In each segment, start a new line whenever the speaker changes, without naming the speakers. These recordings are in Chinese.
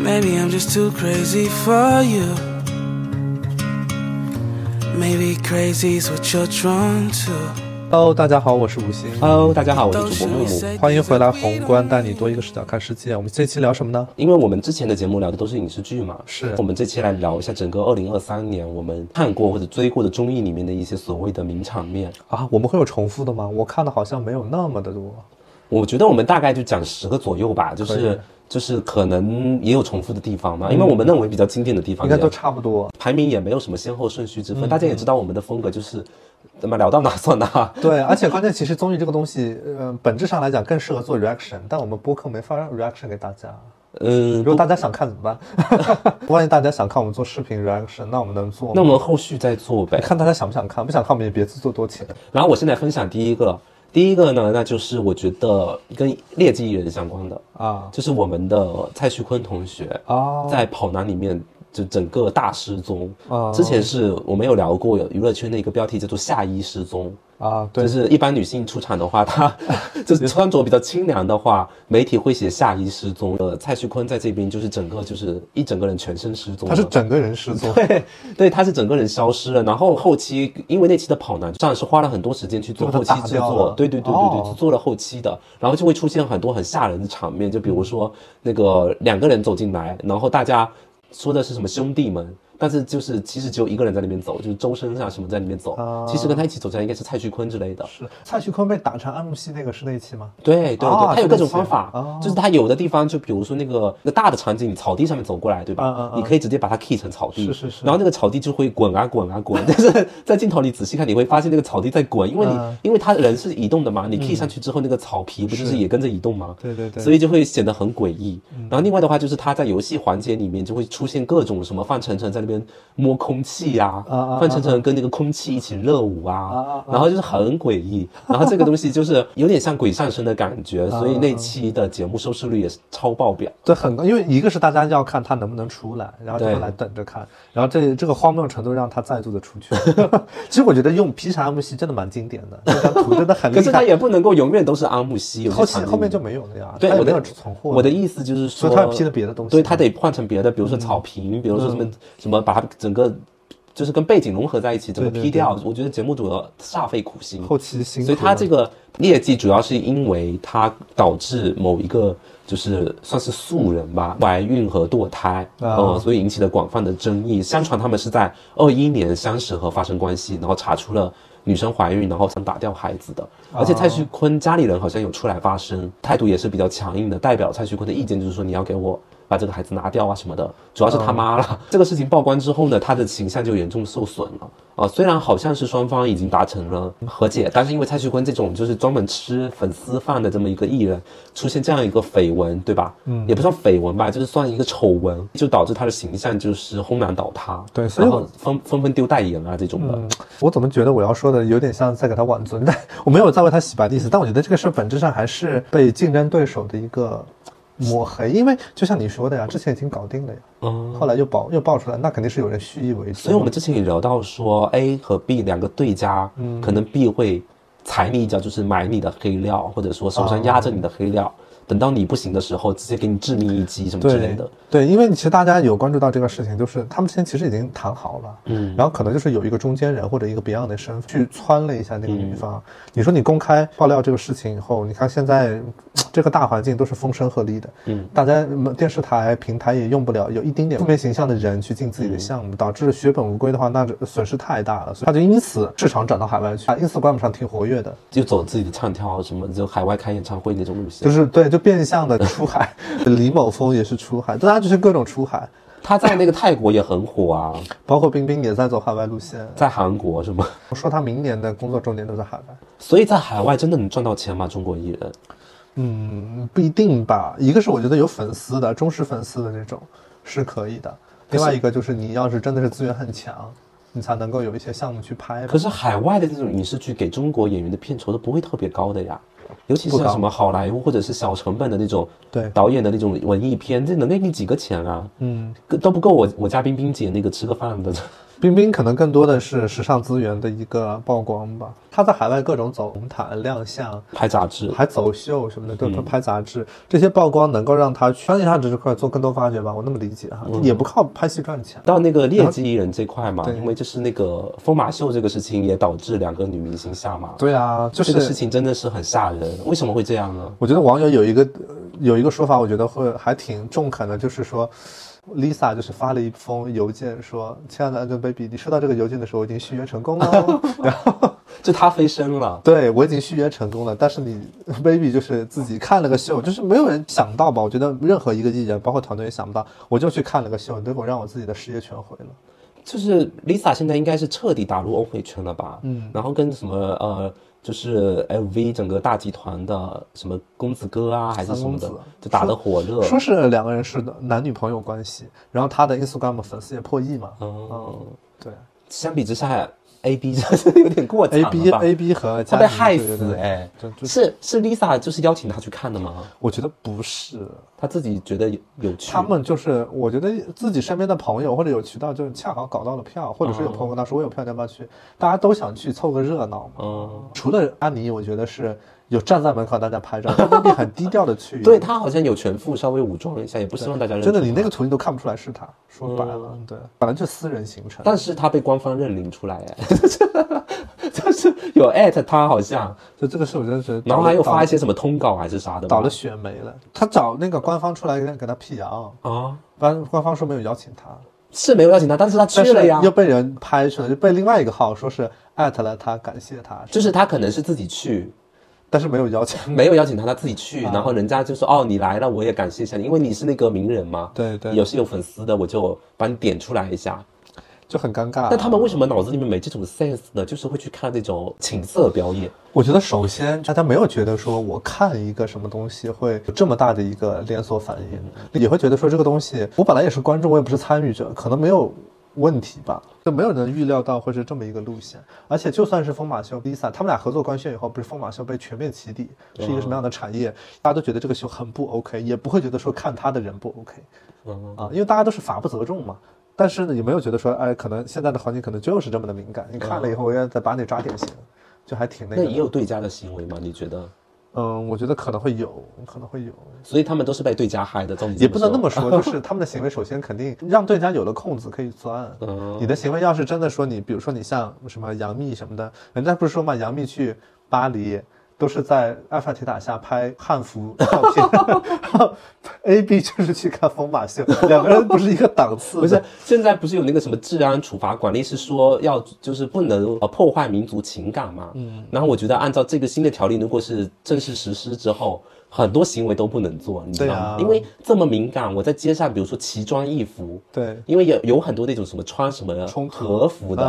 Maybe I'm just too crazy for you. Maybe crazy's what you're drawn to.
Hello，大家好，我是吴昕，
Hello，大家好，我是主播木木。
欢迎回来。宏观带你多一个视角看世界。我们这期聊什么呢？
因为我们之前的节目聊的都是影视剧嘛，
是
我们这期来聊一下整个二零二三年我们看过或者追过的综艺里面的一些所谓的名场面。
啊，我们会有重复的吗？我看的好像没有那么的多。
我觉得我们大概就讲十个左右吧，就
可以嗯
是就是可能也有重复的地方嘛，因为我们认为比较经典的地方
应
也
该都嗯差不多。
排名也没有什么先后顺序之分，大家也知道我们的风格就是，怎么聊到哪算哪。
对，而且关键其实综艺这个东西，呃，本质上来讲更适合做 reaction，但我们播客没法让 reaction 给大家。
嗯
如，果大家想看怎么办？ 万一大家想看我们做视频 reaction，那我们能做
那
吗？
我们后续再做呗。
看大家想不想看，不想看我们也别自作多情。
然后我现在分享第一个，第一个呢，那就是我觉得跟劣迹艺人相关的
啊
就是我们的蔡徐坤同学
哦
在跑男里面就整个大失踪。
哦
之前是我们有聊过有娱乐圈的一个标题叫做“夏衣失踪”。
啊，对
就，是一般女性出场的话，她 就是穿着比较清凉的话，媒体会写夏衣失踪。呃，蔡徐坤在这边就是整个就是一整个人全身失踪了，
他是整个人失踪。
对，对，他是整个人消失了。然后后期因为那期的跑男战是花了很多时间去做
就
后
把
期
它打
制
掉
作
了，
对对对对对，
哦
做了后期的，然后就会出现很多很吓人的场面，就比如说那个两个人走进来，然后大家说的是什么兄弟们。但是就是，其实只有一个人在那边走，就是周深啊什么在那边走。
啊
其实跟他一起走下来应该是蔡徐坤之类的。
是蔡徐坤被打成安慕希那个是那一期吗？
对对对，
啊
他有
这个
各种
意思
方法，
哦
就是他有的地方就比如说那个那大的场景，草地上面走过来，对吧？
嗯嗯嗯
你可以直接把它 key 成草地，
是是是
然后那个草地就会滚啊滚啊滚，但 是在镜头里仔细看，你会发现那个草地在滚，因为你、
嗯
因为他人是移动的嘛，你 key 上去之后，那个草皮不就是也跟着移动吗？
对对对
所以就会显得很诡异。
嗯
然后另外的话就是他在游戏环节里面就会出现各种什么范丞丞在那边摸空气呀、
啊啊
范丞丞跟那个空气一起热舞啊，
啊啊
然后就是很诡异，然后这个东西就是有点像鬼上身的感 觉，
啊
所以那期的节目收视率也是超爆表。
对，很高，因为一个是大家要看他能不能出来，然后就
对
会来等着看，然后这这个荒谬程度让他再度的出圈。 其实我觉得用劈叉 M 系真的蛮经典的，这张图真的很
可
厉
是它
害。
也不能够永远都是阿木西，有些
后期
场景
后面就没有了呀，
对
啊他也
我
没有
的
存货。
我的意思就是说，
所以他要 P 的别的东西嗯
对他得换成别的，比如说草坪，比如说什么、什么，把它整个就是跟背景融合在一起，整个
对对
P 掉。我觉得节目组的煞费苦心，
后期辛苦了，
所以他这个劣迹主要是因为他导致某一个就是算是素人吧，怀孕和堕胎，
啊
呃，所以引起了广泛的争议。相传他们是在二一年相识和发生关系，然后查出了。女生怀孕，然后想打掉孩子的，而
啊
且蔡徐坤家里人好像有出来发声，态度也是比较强硬的，代表蔡徐坤的意见就是说你要给我把这个孩子拿掉啊什么的，主要是他
啊
妈了。这个事情曝光之后呢，他的形象就严重受损了啊。虽然好像是双方已经达成了和解，但是因为蔡徐坤这种就是专门吃粉丝饭的这么一个艺人，出现这样一个绯闻，对吧？嗯，也不算绯闻吧，就是算一个丑闻，就导致他的形象就是轰然倒塌。
对所以嗯
然后纷纷纷丢代言啊这种的。
我怎么觉得我要说的有点像在给他挽尊，但我没有在为他洗白的意思。但我觉得这个事儿本质上还是被竞争对手的一个抹黑，因为就像你说的呀，之前已经搞定了呀，
嗯
后来又爆又爆出来，那肯定是有人蓄意为之。
所以我们之前也聊到说，A 和 B 两个对家，
嗯
可能 B 会踩你一脚，就是买你的黑料，或者说手
啊
上压着你的黑料，等到你不行的时候，直接给你致命一击什么之类
对
的。
对，因为其实大家有关注到这个事情，就是他们之前其实已经谈好了，嗯，然后可能就是有一个中间人或者一个 Beyond 的身份去撺了一下那个女方。你说你公开爆料这个事情以后，你看现在这个大环境都是风声鹤唳的，嗯，大家嗯电视台平台也用不了有一丁点负面形象的人去进自己的项目，导致血本无归的话，那这损失太大了，所以他就因此市场转到海外去啊，Instagram 上挺活跃的，
就走自己的唱跳啊什么，就海外开演唱会那种路线。
就是对，就变相的出海。 李某峰也是出海，大家就是各种出海。
他在那个泰国也很火啊，
包括冰冰也在走海外路线。
在韩国是吗？
我说她明年的工作重点都在海外，
所以在海外真的能赚到钱吗？中国艺人？
嗯，不一定吧。一个是我觉得有粉丝的忠实粉丝的那种是可以的，另外一个就是你要是真的是资源很强，你才能够有一些项目去拍吧。
可是海外的这种影视剧给中国演员的片酬都不会特别高的呀，尤其像什么好莱坞或者是小成本的那种
对
导演的那种文艺片，这能给你几个钱啊？
嗯，
都不够我我家冰冰姐那个吃个饭的。
冰冰可能更多的是时尚资源的一个曝光吧，她在海外各种走红毯、亮相，
拍杂志，
还走秀什么的，对，拍杂志这些曝光能够让她去商业价值这块做更多发掘吧，我那么理解哈，也不靠拍戏赚钱。
到那个劣迹艺人这块嘛，
对
因为就是那个疯马秀这个事情也导致两个女明星下马，
对啊，就
这
是
个事情真的是很吓人。为什么会这样呢？
我觉得网友有一个呃有一个说法，我觉得会还挺中肯的，就是说，Lisa 就是发了一封邮件说：“亲爱的 Angelababy，你收到这个邮件的时候，我已经续约成功了。 然后，
就她飞升了，
对我已经续约成功了，但是你 Baby 就是自己看了个秀，就是没有人想到吧？我觉得任何一个艺人，包括团队也想不到，我就去看了个秀，结果让我自己的事业全毁了。
就是 Lisa 现在应该是彻底打入欧美圈了吧？嗯，然后跟什么呃，就是 LV 整个大集团的什么公子哥啊，还是什么的
三公子，
就打得火热。
说是两个人是男女朋友关系，然后他的 Instagram 粉丝也破亿嘛。
哦
嗯，对
相比之下，AB 真的有点过场
，A
了吧
B A B 和
她
佳
被
宁
害
对对
死
对
哎、
对对
是是 Lisa 就是邀请她去看的吗？
我觉得不是，
她自己觉得有有趣，
他们就是我觉得自己身边的朋友或者有渠道，就是恰好搞到了
嗯
票，或者是有朋友跟他说我有票，你要不要去？大家都想去凑个热闹嘛。
嗯。。
除了安妮，我觉得是有站在门口大家拍照，但那很低调的去
对他好像有全副稍微武装了一下，也不希望大家认出
真的，
他
你那个图你都看不出来是他。说白了，对，本来就私人行程。
但是他被官方认领出来，哎， 就是有艾特他好像，
就这个事，我真的觉得
然
倒
后
了，
还有发一
现
些什么通稿还是啥的吧，
倒了血霉了。他找那个官方出来给他给他辟谣，
啊，
官官方说没有邀请他。
是没有邀请他，但是他去
但是
了呀
又，被人拍出来，就被另外一个号说是艾特了他，感谢他，
就是他可能是自己去，
但是没有邀请。
没有邀请他，他自己去，
啊
然后人家就说哦你来了，我也感谢一下你，因为你是那个名人嘛，
对对啊
有是有粉丝的，我就把你点出来一下。
就很尴尬。
但他们为什么脑子里面没这种 sense 呢？就是会去看那种情色表演，
我觉得首先大家没有觉得说我看一个什么东西会有这么大的一个连锁反应，也会觉得说这个东西我本来也是观众，我也不是参与者，可能没有。问题吧，就没有人预料到会是这么一个路线，而且就算是疯马秀 Lisa 他们俩合作官宣以后，不是疯马秀被全面起底，是一个什么样的产业？大家都觉得这个秀很不 OK，也不会觉得说看他的人不 OK，啊，因为大家都是法不责众嘛。但是呢，也没有觉得说，哎，可能现在的环境可能就是这么的敏感，你看了以后，我要再把你抓典型，就还嗯挺那
那
个
也
的。
有对家的行为吗？你觉得？
嗯，我觉得可能会有，可能会有，
所以他们都是被对家害的，这种
也不能那么说，就是他们的行为首先肯定嗯让对家有了空子可以钻。你的行为要是真的说你，比如说你像什么杨幂什么的，人家不是说嘛，杨幂去巴黎。都是在埃菲尔铁塔下拍汉服照片 然后，A B 就是去看疯马秀，两个人不是一个档次的。
不是，现在不是有那个什么治安处罚管理是说要就是不能呃破坏民族情感嘛？嗯，然后我觉得按照这个新的条例，如果是正式实施之后，很多行为都不能做，你知道吗？
对啊
因为这么敏感，我在街上比如说奇装异服，
对
因为有有很多那种什么穿什么
冲突
和服的，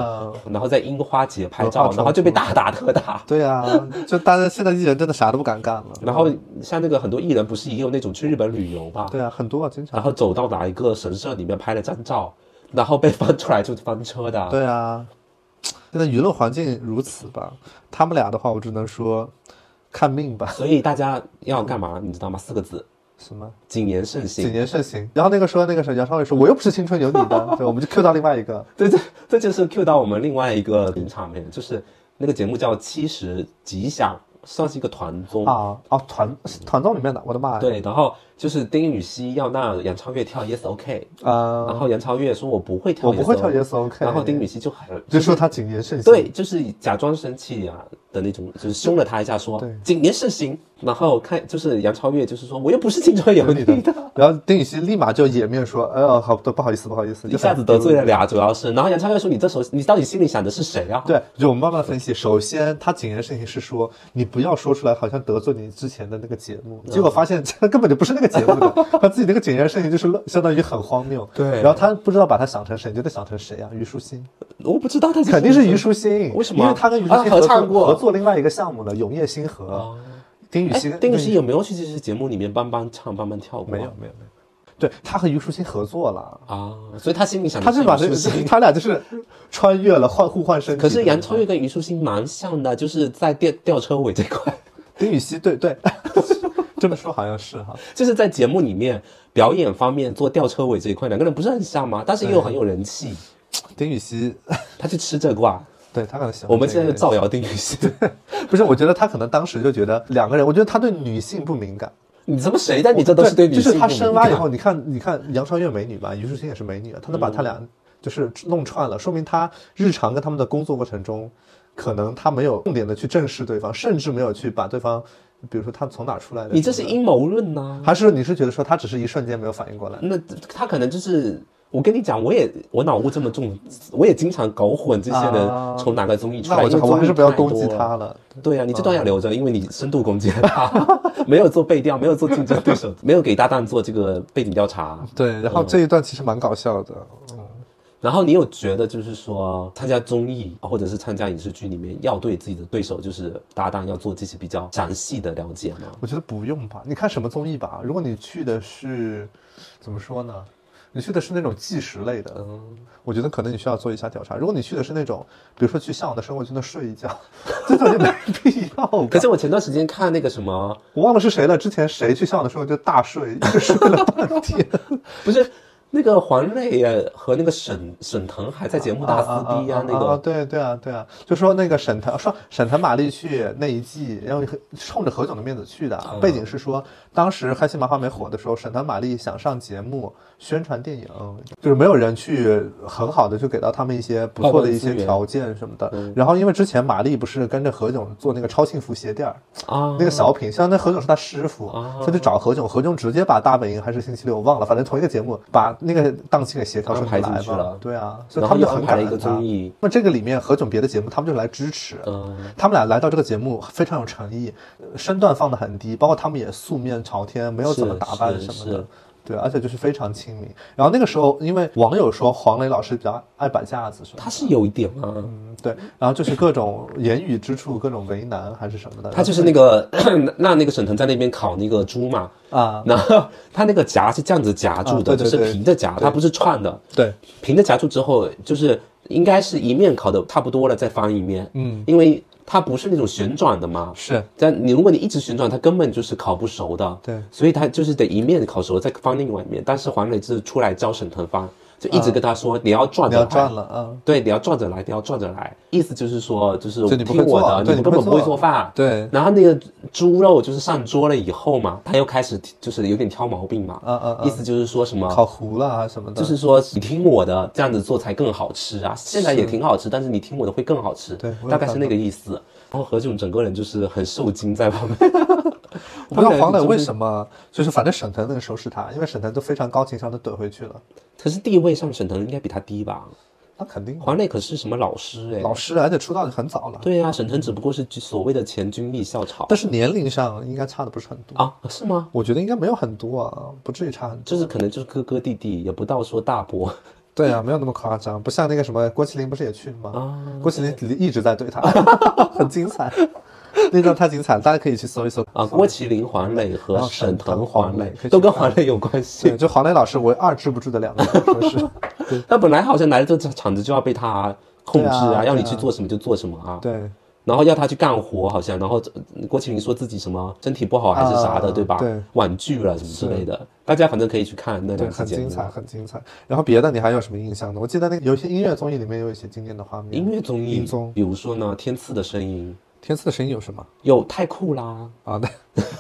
嗯
然后在樱花节拍
文化
照，
冲突
然后就被大打特打。
对啊，就大家现在艺人真的啥都不敢干了。
然后像那个很多艺人不是也有那种去日本旅游吧？
对啊，很多啊，经常
然。后走到哪一个神社里面拍了张照，然后被翻出来就翻车的。
对啊，现在舆论环境如此吧，他们俩的话，我只能说看命吧。
所以大家要干嘛，你知道吗？四个字：
什么
谨言慎
谨
行。
言慎行。然后那个说那个谁，杨超越说，我又不是青春有你的，对，我们就 Q 到另外一 个。
对，这这就是 cue 到我们另外一个临场面，就是那个节目叫《七十吉祥》，算是一个团综。
啊啊，团团综里面的，我的妈呀！
对，然后就是丁禹兮要让杨超越跳 Yes OK，、然
啊，
后杨超越说我不会跳，
我不会跳 Yes OK，
然后丁禹兮就很
就说他谨言慎行。
对，就是假装生气啊的那种，就是凶了他一下说，
对
谨言慎行。然后看就是杨超越，就是说我又不是青春有你的，
然后丁禹兮立马就掩面说：“哎呦，好，不好意思，不好意思，
一下子得罪了俩，主要是。然后杨超越说你这时候你到底心里想的是谁啊？
对，就我们慢慢分析。首先，他谨言慎行是说，你不要说出来，好像得罪你之前的那个节目。
嗯
结果发现这根本就不是那个节目的，他自己那个谨言慎行就是乱相当于很荒谬。
对
然后他不知道把他想成谁，你觉得想成谁啊？虞书欣，
我不知道他
肯定是虞书欣。
为什么
因为他跟虞书
啊
欣合
合
作、
唱过
合作另外一个项目的《永夜星河》丁禹
哎
兮跟，
丁禹兮有没有去这些节目里面帮帮唱、帮帮跳过？
没有没有没有，对他和虞书欣合作了。
啊，所以他心里想
他
的
是
是
把
把
这
这个。，
他俩就是穿越了换互换身体。
可是杨超越跟虞书欣蛮像的，就是在吊吊车尾这块。
林禹锡，对 对，这么说好像是哈。
就是在节目里面表演方面做吊车尾这一块，两个人不是很像吗？但是又很有人气，
丁禹锡，
他去吃这卦。
对他可能喜欢
我们
这
现在
个
就
人
造谣丁禹锡，
不是，我觉得他可能当时就觉得两个人，我觉得他对女性不敏感，
你怎么谁但你这都是对女
就
性
是他
不
深
敏
挖以
感
后，你看，你看杨超越美女嘛，虞书欣也是美女，啊他能把
嗯
他俩就是弄串了，说明他日常跟他们的工作过程中，可能他没有重点的去正视对方，甚至没有去把对方，比如说他从哪出来的，
你这是阴谋论呐、
还是你是觉得说他只是一瞬间没有反应过来？
那他可能就是，我跟你讲，我也我脑雾这么重，我也经常搞混这些
啊
人从哪个综艺出来。
那我就
因为
我还是
综艺
不要
太多
攻击他。了。
对啊，你这段要留着，因为你深度攻击了他， 没有做背调，没有做竞争对手，没有给搭档做这个背景调查。
对，然后这一段其实蛮搞笑的，
然后你有觉得就是说参加综艺啊或者是参加影视剧里面要对自己的对手就是搭档要做这些比较详细的了解吗？
我觉得不用吧。你看什么综艺吧，如果你去的是，怎么说呢？你去的是那种纪实类的，
嗯
我觉得可能你需要做一下调查。如果你去的是那种，比如说去向往的生活，去那睡一觉， 这种就没必要吧。
可是我前段时间看那个什么，
我忘了是谁了，之前谁去向往的生活就大睡，就睡了半天。
不是那个黄磊和那个沈沈腾还在节目
啊
大撕逼呀，那个
对对啊对啊，就说那个沈腾说沈腾马丽去那一季，然后冲着何炅的面子去的，
嗯
背景是说当时开心麻花没火的时候，沈腾马丽想上节目宣传电影，就是没有人去很好的去给到他们一些不错的一些条件什么的。
嗯
然后因为之前马丽不是跟着何炅做那个超幸福鞋垫儿，
啊
那个小品，相当于何炅是他师傅，他就找何炅，何炅直接把大本营还是星期六我忘了，反正同一个节目把那个档期给协调出
安排
来
进去
嘛
了。
对啊，所以
然
他
后
们
又
就
安
很
排
感
了
恩
一个
他
综。艺，
那这个里面何炅别的节目，他们就来支持。
嗯，
他们俩来到这个节目非常有诚意，呃身段放得很低，包括他们也素面朝天，没有怎么打扮
是
什
是
么的
是。
对，而且就是非常亲民。然后那个时候，因为网友说黄磊老师比较爱摆架子什么的，
他是有一点啊，
嗯对，然后就是各种言语之处，各种为难还是什么的。
他就是那个那那个沈腾在那边烤那个猪嘛，
啊，
然后他那个夹是这样子夹住的，
啊对对
就是
对
平着夹，他不是串的，
对，
平着夹住之后，就是应该是一面烤的差不多了再翻一面，嗯，因为它不是那种旋转的嘛，
是
但你如果你一直旋转，它根本就是烤不熟的。
对
所以它就是得一面烤熟再放另外一面。但是黄磊就是出来教沈腾翻，就一直跟他说、你要转
你
着
要
来，
赚了啊。
对，你要转着来，你要转着来。意思就是说，就是
就你不会
听我的，
做对
你
你
根
不
本
会
不会
做
做饭。
对
然后那个猪肉就是上桌了以后嘛，他又开始就是有点挑毛病嘛。
嗯嗯嗯
意思就是说什么
烤糊了啊什么的，
就是说你听我的，这样子做才更好吃啊。现在也挺好吃，但是你听我的会更好吃，
对我有
大概是
看
那
到
个意思。然后何炅整个人就是很受惊在旁 边，
我不知道黄磊为
么，
什么，就是反正沈腾那个时候是他，因为沈腾就非常高情商的怼回去了，
可是地位上沈腾应该比他低吧？
那肯定
黄磊可是什么老师哎，
老师，而且出道就很早了，
对呀、沈腾只不过是所谓的前军艺校草
但是年龄上应该差的不是很多，
啊，是吗？
我觉得应该没有很多啊，不至于差很多，
就是可能就是哥哥弟弟，也不到说大伯。
对啊，没有那么夸张，不像那个什么郭麒麟不是也去吗？
啊
郭麒麟一直在怼他， 很精彩，那段太精彩了，大家可以去搜一搜
啊，郭麒麟、黄磊和
然后
沈
沈
腾、
腾
黄
黄
磊
磊可以
都
去
跟
看
黄磊有关系
对，。就黄磊老师为二治不治的两个人，说 是。
他本来好像来了这厂子就要被他控制
对啊
要你
对啊
去做什么就做什么啊。
对，
然后要他去干活，好像，然后呃郭麒麟说自己什么身体不好还是啥的，
啊
对吧？
对
婉拒了什么之类的，大家反正可以去看那
对，
两期
很
节目
精。彩，很精彩。然后别的你还有什么印象呢？我记得那个有一些音乐综艺里面有一些经典的画面。
音乐综艺
音综，
比如说呢，《天赐的声音
天赐的声音有什么》
有太酷啦，
啊？那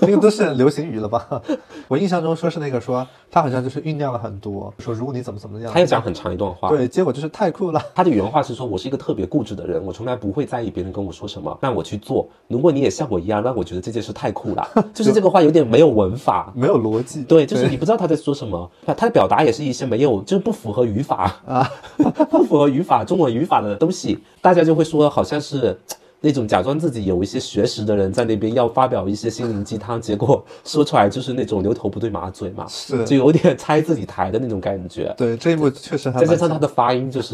那个都是流行语了吧？我印象中说是那个说他好像就是酝酿了很多，说如果你怎么怎么样
他，又讲很长一段话。
对，结果就是太酷了。
他的原话是说：“我是一个特别固执的人，我从来不会在意别人跟我说什么，让我去做。如果你也像我一样，那我觉得这件事太 酷了。”就是这个话有点没有文法，
没有逻辑，
对，就是你不知道他在说什么，他他的表达也是一些没有，就是不符合语法啊，不符合语法中文语法的东西，大家就会说好像是。那种假装自己有一些学识的人在那边要发表一些心灵鸡汤，结果说出来就是那种牛头不对马嘴嘛，
是
就有点拆自己台的那种感觉。
对这一幕确实还
再
蛮
加上他的发音就是，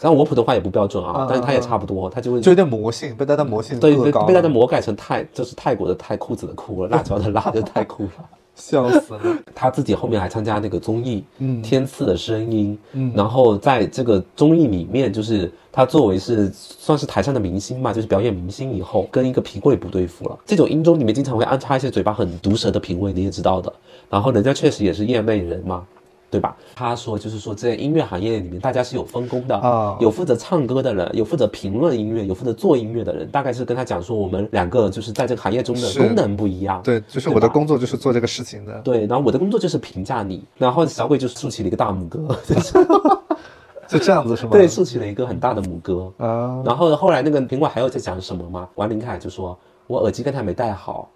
然后我普通话也不标准啊，但是他也差不多，他就会
就有点魔性，被大家魔性
对
恶
被
搞
被他的
了
魔改成泰，就是泰国的泰，裤子的裤了，辣椒的辣，就是泰酷了。
笑死 了。
他自己后面还参加那个综艺，
嗯
天赐的声音，
嗯
然后在这个综艺里面，就是他作为是算是台上的明星嘛，就是表演明星以后，跟一个平胃不对付了。这种音中里面经常会安插一些嘴巴很毒舌的评委，你也知道的。然后人家确实也是业内人嘛。对吧？他说，就是说，在音乐行业里面，大家是有分工的
啊
有负责唱歌的人，有负责评论音乐，有负责做音乐的人。大概是跟他讲说，我们两个就是在这个行业中的
是
功能不一样。
对，就是我的
吧
工作就是做这个事情的，
对，然后我的工作就是评价你，然后小鬼就竖起了一个大拇哥，
就这样子是吗？
对，竖起了一个很大的拇哥。
啊，
然后后来那个评委还有在讲什么吗？王林凯就说：“我耳机刚才没戴好，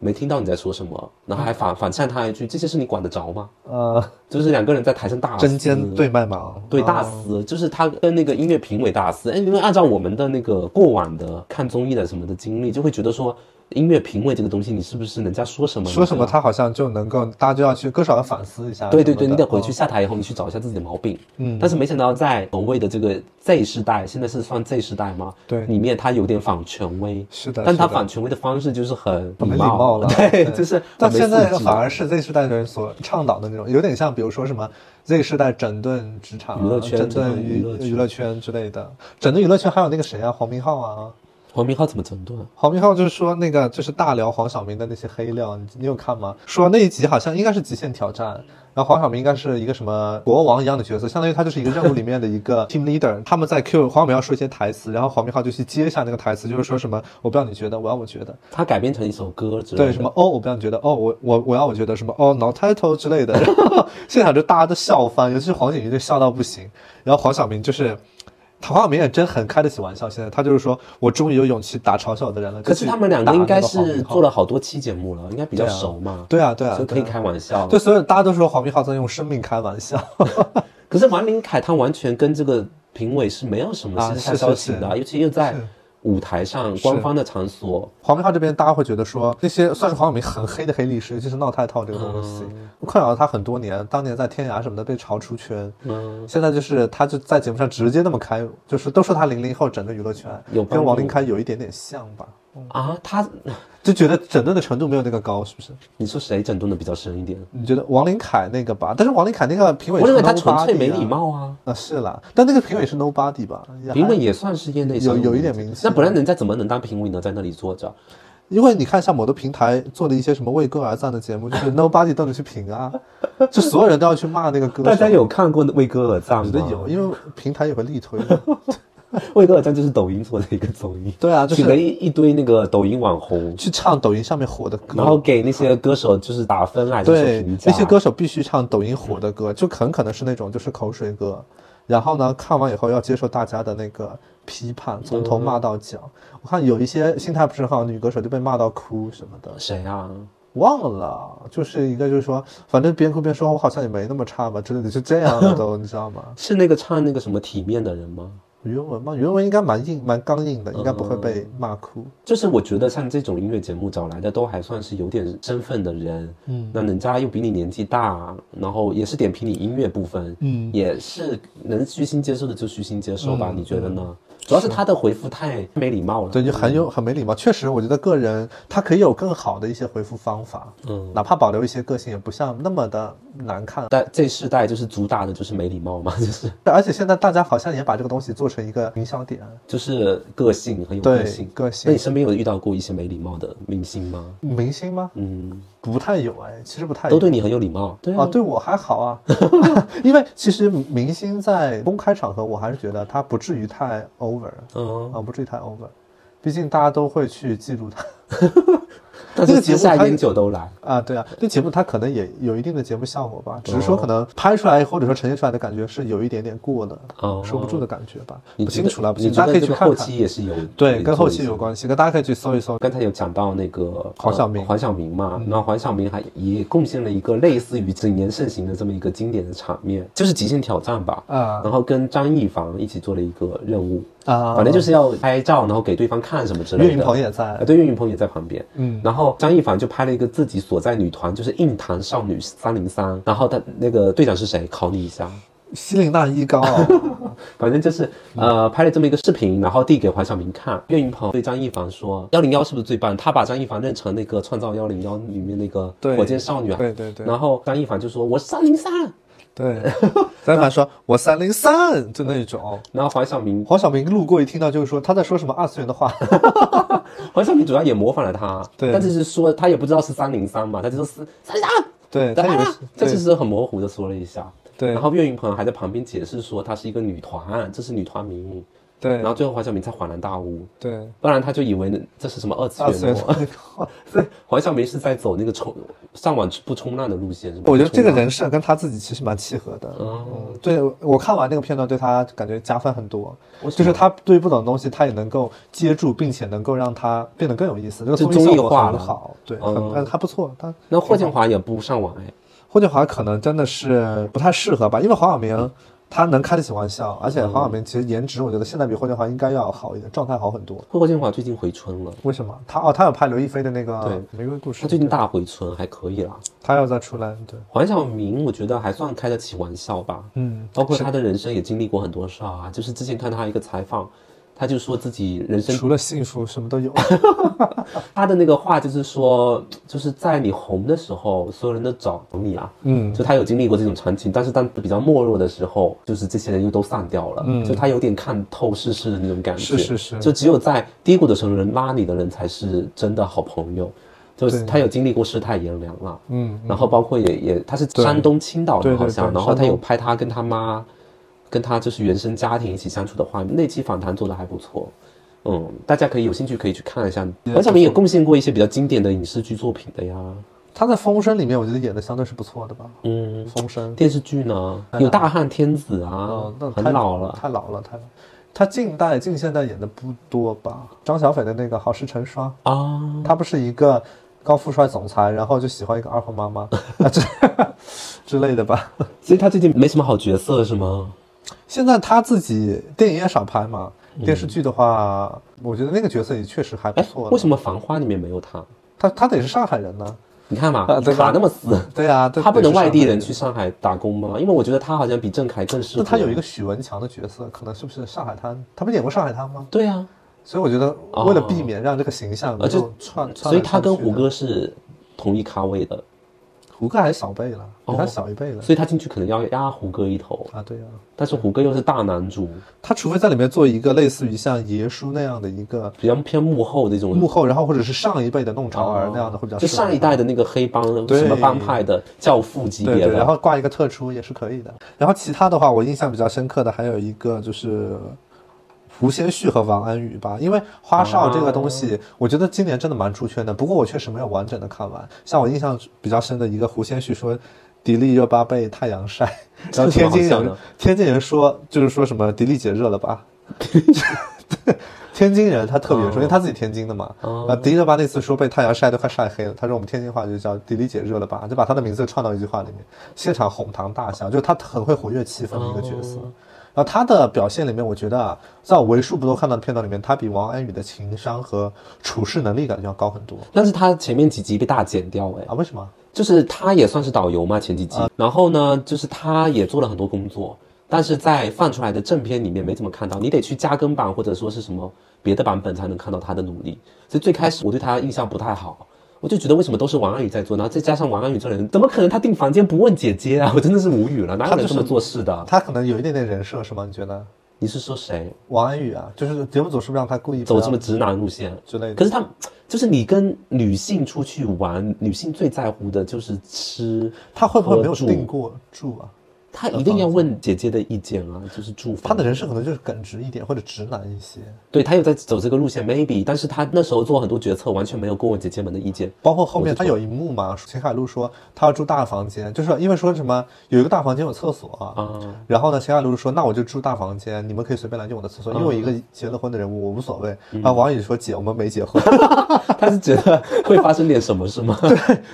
没听到你在说什么。”然后还反反呛他一句：“这些事你管得着吗
呃，？”
就是两个人在台上大
针尖
撕
对麦芒，
对，大
啊
撕，就是他跟那个音乐评委大撕。哎，因为按照我们的那个过往的看综艺的什么的经历，就会觉得说，音乐评委这个东西，你是不是人家说什么你
说
就
什么
要
他好像就能够，大家就要去，歌手要反思一下什么
啊对
的。
对对，你得回
哦
去下台以后，你去找一下自己的毛病。
嗯
但是没想到在所谓的这个 Z 世代，现在是算 Z 世代吗？
对
里面他有点反权威。
是的
但他
是的
反权威的方式就是 很
很没礼貌了，
对，就是
但
很没
现在
素质
反而是 Z 世代的人所倡导的那种，有点像比如说什么 Z 世代整顿职场啊、
娱乐圈
整顿
整顿
娱
娱乐圈
娱乐圈之类的，整顿娱乐圈还有那个谁啊，黄明昊啊，
黄明昊怎么整顿？
黄明昊就是说那个就是大聊黄晓明的那些黑料，你你有看吗？说那一集好像应该是极限挑战，然后黄晓明应该是一个什么国王一样的角色，相当于他就是一个任务里面的一个 team leader。他们在 Q 黄晓明要说一些台词，然后黄明昊就去接一下那个台词，就是说什么我不要你觉得，我要我觉得，
他改编成一首歌之类
对
的。
什么？哦，我不要你觉得哦，我我我要我觉得什么哦，no title 之类的， 然后现场就大家都笑翻，尤其是黄景瑜就笑到不行，然后黄晓明就是。他黄晓明也真很开得起玩笑，现在他就是说我终于有勇气打嘲笑我的人了。
可是
就去
他们两
打
个应
那
该
黄明
是
昊
做了好多期节目了，应该比较
对啊
熟嘛。
对啊对啊，
所以可以
对啊
开玩笑。
对，所以大家都说黄明昊在用生命开玩笑。
可是王林凯他完全跟这个评委是没有什么
啊
私
是
下
是
交情的，
是
尤其又在
是
舞台上官方的场所，
黄明昊这边，大家会觉得说，那些算是黄晓明很黑的黑历史，尤其是闹太套这个东西，
嗯
困扰了他很多年。当年在天涯什么的被嘲出圈，
嗯，
现在就是他就在节目上直接那么开，就是都说他零零后整顿娱乐圈，
有帮
跟
助
王林凯有一点点像吧，
啊，他，
就觉得整顿的程度没有那个高，是不是？
你说谁整顿的比较深一点？
你觉得王林凯那个吧？但是王林凯那个评委
我
是
认
nobody
为
啊，
他纯粹没礼貌啊，
啊，是啦，但那个评委是 nobody 吧？也还
评委也算是业内小
有有一点
名
名
气啊
气
那不然人家怎么能当评委呢？在那里坐着，
因为你看，像某的平台做的一些什么为歌而赞的节目，就是 nobody 都能去评 啊，就所有人都要去骂那个歌手。嗯
大家有看过《为歌而战》
我觉得
吗？
有，因为平台也会力推的。
为歌而战》就是抖音做的一个综艺，
对啊就是
请了一一堆那个抖音网红，
去唱抖音上面火的
然
歌。
后给那些歌手就是打分还是说
对
评，价？
那些歌手必须唱抖音火的歌，就很可能是那种就是口水歌。然后呢，看完以后要接受大家的那个批判，从头骂到脚。我看有一些心态不是很好的女歌手就被骂到哭什么的，
谁啊？
忘了，就是一个就是说，反正边哭边说，我好像也没那么差吧之类的，就这 样的都，你知道吗？
是那个唱那个什么体面的人吗？
原文吗？原文应该蛮硬、蛮刚硬
嗯
的，应该不会被骂哭。
就是我觉得像这种音乐节目找来的都还算是有点身份的人，嗯，那人家又比你年纪大，然后也是点评你音乐部分，嗯，也是能虚心接受的就虚心接受吧，你觉得呢？主要是他的回复太没礼貌
嗯
了，
对，就很
嗯
有很没礼貌。确实，我觉得个人他可以有更好的一些回复方法，
嗯，
哪怕保留一些个性，也不像那么的难看。
但这世代就是主打的就是没礼貌嘛，就是
而且现在大家好像也把这个东西做成一个营销点。
就是个性很有个性
对个性
那你身边有遇到过一些没礼貌的明星吗？
明星吗？
嗯，
不太有哎，其实不太有。
都对你很有礼貌，对
啊，对我还好 啊， 因为其实明星在公开场合，我还是觉得他不至于太 over
嗯，
啊，不至于太 over，毕竟大家都会去记住他。
但
这
是
个节
私
目
下
它
烟酒都来，
啊，对啊，这节目它可能也有一定的节目效果
哦
吧，只是说可能拍出来或者说呈现出来的感觉是有一点点过的，
哦
说不住的感觉吧，
你
不
觉
清
得
楚了，不
你
清楚，大
觉
家可
得
以
这
去
个
看
后
看
期。也是有
对，跟后期
有
有
关。
关系，跟大家可以去搜一搜。
刚才有讲到那个
黄晓明嗯
呃黄晓明嘛，然后黄晓明还也贡献了一个类似于谨言慎行的这么一个经典的场面，就是《极限挑战》吧。
啊
然后跟张艺凡一起做了一个任务，
啊，
反正就是要拍照，然后给对方看什么之类的。
岳云鹏也
啊，
在，
对，岳云鹏也在旁边。
嗯
然后张艺凡就拍了一个自己所在女团，就是硬糖少女三零三。然后他那个队长是谁？考你一下，
西林娜依高 啊，
反正就是呃拍了这么一个视频，然后递给黄晓明看。岳云鹏对张艺凡说：“幺零幺是不是最棒？”他把张艺凡认成那个《创造幺零幺》里面那个
对
火箭少女啊。
对对对
然后张艺凡就说：“我是三零三。啊
对，张一凡说我三零三，就那种。”
然后黄晓明，
黄晓明路过一听到就是说他在说什么二次元的 话，
黄晓明主要也模仿了他，
对
但就是说他也不知道是三零三嘛，他就说是三零三。
对他
他
以为是
啊这
对
其实很模糊的说了一下。
对
然后岳云鹏还在旁边解释说她是一个女团，这是女团名。
对
然后最后黄晓明才恍然大悟，
对
不然他就以为这是什么二次
二次元
元
的哦
魔。
话。
对， 黄晓明是在走那个冲上网不冲浪的路线，是吧？
我觉得这个
不冲浪
人设跟他自己其实蛮契合的。
哦
嗯，对我看完那个片段，对他感觉加分很多。
为什么
就是他对不懂的东西，他也能够接住，并且能够让他变得更有意思。这个
就
综
综艺
效果
化
很
了
好，对，
哦
很很还不错。他
那霍建华也不上网哎，
霍建华可能真的是不太适合吧，因为黄晓明他能开得起玩笑，而且
嗯
黄晓明其实颜值我觉得现在比霍建华应该要好一点，状态好很多。
霍建华最近回春了，
为什么？他哦，他有拍刘亦菲的那个《
对
玫瑰故事
他》，最近大回春还可以啦。
他要再出来，对，
黄晓明我觉得还算开得起玩笑吧，
嗯，
包括他的人生也经历过很多事儿啊，就是之前看他一个采访，他就说自己人生
除了幸福什么都有。
他的那个话就是说，就是在你红的时候，所有人都找你啊。
嗯
就他有经历过这种场景，但是当比较没落的时候，就是这些人又都散掉了。嗯，就他有点看透世事的那种感觉。
是是是
就只有在低谷的时候，人拉你的人才是真的好朋友。就是
对
他有经历过世态炎凉了。
嗯，
然后包括也也，他是山东青岛
对
的，
对
好
对
像，
对
然后他有
山东
拍他跟他妈，跟他就是原生家庭一起相处的画面，那期访谈做的还不错，嗯，大家可以有兴趣可以去看一下。
啊
黄晓明也贡献过一些比较经典的影视剧作品的呀，
他在《风声》里面，我觉得演的相对是不错的吧。
嗯，
《风声》
电视剧呢有《大汉天子》啊
哦，那，太
很老了，
太老了，太老了。他近代近现代演的不多吧？张小斐的那个《好事成双》，
啊，
他不是一个高富帅总裁，然后就喜欢一个二货妈 妈啊之 之类的吧？
所以他最近没什么好角色是吗？
现在他自己电影也少拍嘛，
嗯
电视剧的话，我觉得那个角色也确实还不
哎，
错的。
为什么《繁花》里面没有他？
他他得是上海人呢？
你看嘛，
啊对吧
卡那么死，
对啊，
他不能外地人
去。
去上海打工吗？因为我觉得他好像比郑恺更适合。
那他有一个许文强的角色，可能是不是上海滩？他不是演过上海滩吗？
对啊，
所以我觉得，为了避免让这个形象
啊，
能
就
够串，
哦所以他
串来
跟
串去
胡
的，
歌是同一咖位的，
胡歌还小辈了，比他
哦
小一辈了
所以他进去可能要压胡歌一头，
啊，对啊，
但是胡歌又是大男主，
他除非在里面做一个类似于像爷叔那样的一个
比较偏幕后的这种
幕后，然后或者是上一辈的弄潮儿那样的会比较
哦就
适合，
上一代的那个黑帮
对
什么帮派的教父级
对
别
对，然
的，
后挂一个特出也是可以的。然后其他的话，我印象比较深刻的还有一个就是胡先煦和王安宇吧，因为花少这个东
哦
西，我觉得今年真的蛮出圈的。不过我确实没有完整的看完，像我印象比较深的一个胡先煦说。迪丽热巴被太阳 晒，然后
这
天
有什么好
津
笑
人
的
天津人说就是说什么迪丽姐热了吧，对天津人他特
哦
别说，因为他自己天津的嘛。啊，迪丽热巴那次说被太阳晒都快晒黑了，他说我们天津话就叫迪丽姐热了吧，就把她的名字串到一句话里面，现场哄堂大笑，就是他很会活跃气氛的一个角色。
哦
然后他的表现里面，我觉得啊，在我为数不多看到的片段里面，他比王安宇的情商和处事能力感觉要高很多
但是他前面几集被大剪掉哎啊
啊？，为什么？
就是他也算是导游嘛前几集，然后呢，就是他也做了很多工作。但是在放出来的正片里面没怎么看到，你得去加更版或者说是什么别的版本才能看到他的努力。所以最开始我对他印象不太好，我就觉得为什么都是王安宇在做，然后再加上王安宇这人，怎么可能他订房间不问姐姐啊？我真的是无语了，哪有人这么做事的？
他可能有一点点人设是吗？你觉得？
你是说谁
王安宇啊，就是节目组是不是让他故意不
走
要
这么直男路线？
之类的？
可是他就是你跟女性出去玩，女性最在乎的就是吃，
他会不会没有
合住
定过住啊？
她一定要问姐姐的意见啊，就是住
他
房。
的人设可能就是耿直一点，或者直男一些。
对他又在走这个路线，maybe，但是他那时候做很多决策完全没有过问姐姐们的意 见。
包括后面他有一幕嘛，秦海璐说他要住大房间，就是因为说什么有一个大房间有厕所啊。
啊，
然后呢，秦海璐说那我就住大房间，你们可以随便来用我的厕所，因为我一
嗯
个结了婚的人，我无所谓。然后王宇说姐，我们没结婚。
他是觉得会发生点什么是吗？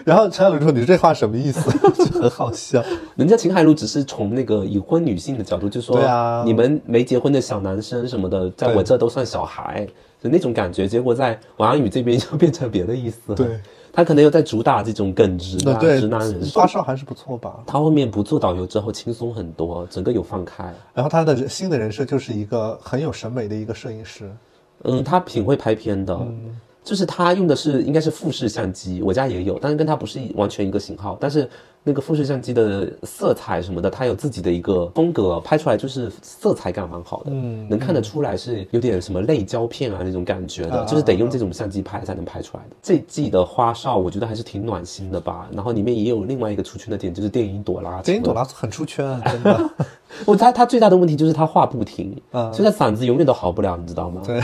然后陈海璐说你这话什么意思？ 就很好笑。
人家秦海璐只是从那个已婚女性的角度，就说
对啊
你们没结婚的小男生什么的，在我
对
这都算小孩，就那种感觉。结果在王安宇这边就变成别的意思了。
对，
他可能又在主打这种耿直
那
啊、
对
直男人设
花。少还是不错吧。
他后面不做导游之后轻松很多，整个有放开。
然后他的新的人设就是一个很有审美的一个摄影师，
嗯，他挺会拍片的，
嗯
就是他用的是应该是富士相机，我家也有，但是跟他不是一完全一个型号。但是那个富士相机的色彩什么的，他有自己的一个风格，拍出来就是色彩感蛮好的，
嗯
能看得出来是有点什么类胶片啊那种感觉的，
啊
就是得用这种相机拍才能拍出来的。这季的花少我觉得还是挺暖心的吧，然后里面也有另外一个出圈的点，就是电影朵拉，
电影朵拉很出圈，啊真 的。
我他他最大的问题就是他话不停，
嗯
所以他嗓子永远都好不了，你知道吗？
对。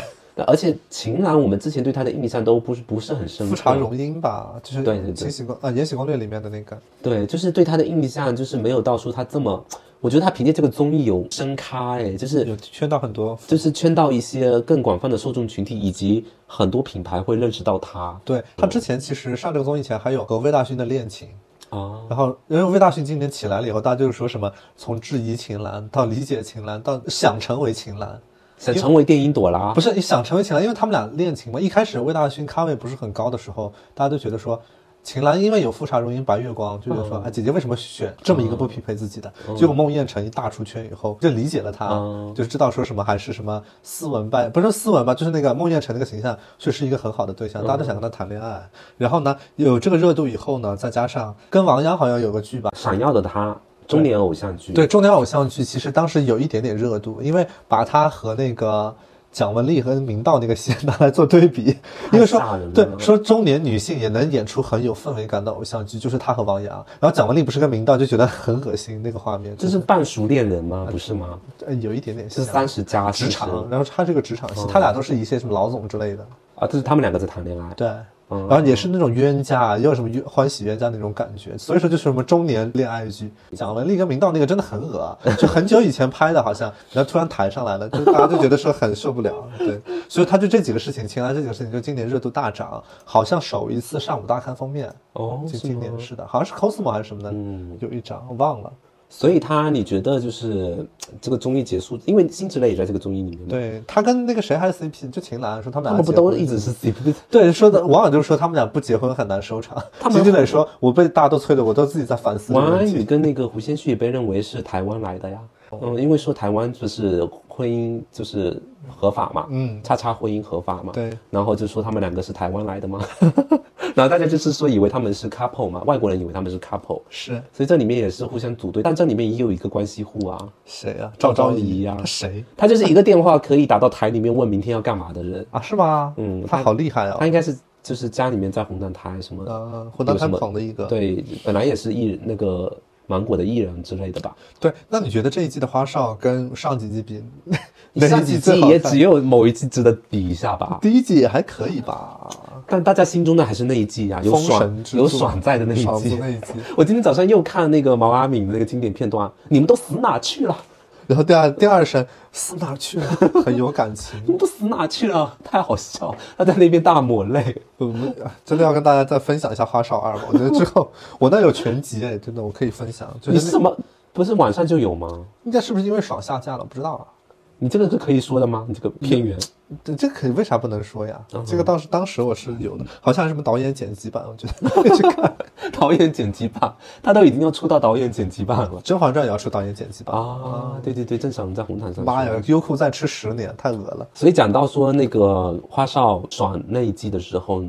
而且秦岚，我们之前对他的印象都不是不是很深刻，
富察容音吧，就是
对对对
《延禧攻》呃《延禧攻略》里面的那个，
对，就是对他的印象就是没有到说他这么，我觉得他凭借这个综艺有升咖哎，就是
有圈到很多。
就是圈到一些更广泛的受众群体，以及很多品牌会认识到他
对他之前其实上这个综艺前还有和魏大勋的恋情，
啊，
然后因为魏大勋今年起来了以后，大家就说什么从质疑秦岚到理解秦岚到想成为秦岚，
想成为电音朵拉
不，是你想成为秦岚，因为他们俩恋情嘛。一开始魏大勋咖位不是很高的时候，大家都觉得说。秦岚因为有富察容音白月光，就觉得说，哎，姐姐为什么选这么一个不匹配自己的？结果孟宴臣一大出圈以后，就理解了她，
嗯
就知道说什么还是什么斯文败，不是斯文吧，就是那个孟宴臣那个形象，确实一个很好的对象，大家都想跟他谈恋爱。然后呢，有这个热度以后呢，再加上跟王阳好像有个剧吧，
闪耀的他，中年偶像剧，
对，中年偶像剧其实当时有一点点热度，因为把它和那个蒋雯丽和明道那个戏 拿来做对比，因为说
太吓人了
对说中年女性也能演出很有氛围感的偶像剧，就是她和王阳，然后蒋雯丽不是跟明道就觉得很恶心那个画面，
这是半熟恋人吗？不是吗？
呃有一点点
是
像
三十加
职
是不是嗯
场，然后他这个职场戏，他俩都是一些什么老总之类的，
啊，这是他们两个在谈恋爱，
对。
嗯
然后也是那种冤家，又有什么冤欢喜冤家那种感觉，
嗯
所以说就是什么中年恋爱剧。蒋雯丽跟明道那个真的很恶，啊就很久以前拍的，好像，然后突然抬上来了，就大家就觉得说很受不了。 对，所以他就这几个事情，秦岚这几个事情，就今年热度大涨，好像首一次上五大刊封面，
哦，
就是今
吗嗯
年是的，好像是 Cosmo 还是什么的，有一张我忘了。
所以他，你觉得就是这个综艺结束，因为辛芷蕾也在这个综艺里面嘛，
对他跟那个谁还是 CP，就秦岚说他们俩
他们不
结婚
都一直 是 CP？
对，说的网友就说他们俩不结婚很难收场。 金志磊说：“我被大家都催的，我都自己在反思。”
王安宇跟那个胡先煦也被认为是台湾来的呀。
哦
嗯，因为说台湾就是婚姻就是合法嘛，
嗯
叉叉婚姻合法嘛，
对，
然后就说他们两个是台湾来的嘛， 然后大家就是说以为他们是 couple 嘛，外国人以为他们是 couple，
是
所以这里面也是互相组队，但这里面也有一个关系户啊，
谁啊？
赵
昭
昭仪呀
他谁
他就是一个电话可以打到台里面问明天要干嘛的人，
啊？是吗？
嗯
他
他
好厉害啊
他！应该是就是家里面在湖南台什么的，
呃，湖南台
有什么
捧的一个。
对，本来也是艺那个芒果的艺人之类 的吧。
对，那你觉得这一季的花少跟上几季比，哪
上
一
几
季
季
最好
也
看啊
只有某一季值得比一下吧，
第一季也还可以吧？
但大家心中的还是那一季啊，有
封神
爽
之
有
作
爽在的那一
爽
季
子。那一季。
我今天早上又看那个毛阿敏的那个经典片段，啊你们都死哪去了？
然后第二第二声死哪儿去了， 很有感情
你。们都死哪去了？ 太好笑了，他在那边大抹泪。
我们真的要跟大家再分享一下《花少二》吧，我觉得之后 我那有全集哎，真的我可以分享。就
你
是
是什么？不是晚上就有吗？
应该是不是因为爽下架了？不知道啊。
你这个是可以说的吗？你这个片源
这这可以为啥不能说呀？
嗯
这个当时当时我是有的，好像是什么导演剪辑版，我觉得 可以去看。
导演剪辑版，他都已经要出到导演剪辑版了
《甄嬛传》也要出导演剪辑版。
啊！对对对，正常在红毯上。
妈呀，优酷再吃十年，太恶了。
所以讲到说那个花少爽那一季的时候，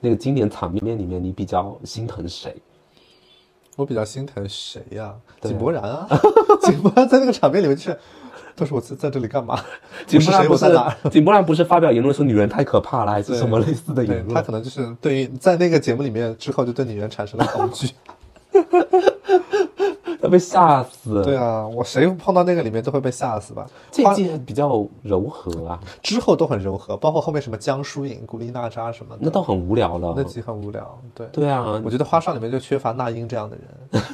那个经典场面里面，你比较心疼谁？
我比较心疼谁呀、
对
井柏然 啊，井柏然在那个场面里面就是，都是我在在这里干嘛？
井
不
柏
是
然
谁
不
我在
是
哪儿？
井柏然不是发表言论说女人太可怕了，还 是
对
什么类似的
对
言
他
论？
可能就是对于在那个节目里面之后就对女人产生了恐 惧。
他被吓死。
对，啊，我谁碰到那个里面都会被吓死吧？
这一
花
季还比较柔和啊，
之后都很柔和，包括后面什么江疏影、古力娜扎什么的，
那倒很无聊
那
了。
集很无聊。对，
对啊
我，觉得花少里面就缺乏那英这样的人。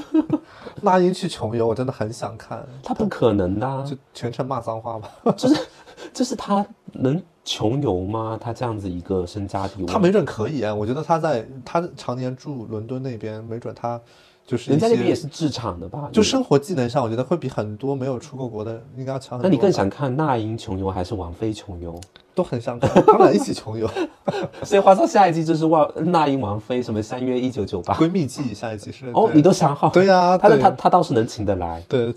那英去穷游，我真的很想看，
他不可能的、啊
就，全程骂脏话吧。
就是就是他能穷游吗？他这样子一个身家地位，
他没准可以啊，我觉得他在他常年住伦敦那边，没准他就是一
人家那
些
边也是制场的吧？
就生活技能上，我觉得会比很多没有出过国的应该要强很多吧。
那你更想看那英穷游还是王菲穷游？
都很想看，他们俩一起穷游，
所以话说下一季就是万那英王妃什么三月一九九八
闺蜜季下一期是
哦，你都想好
对呀
他
对
他他倒是能请得来，
对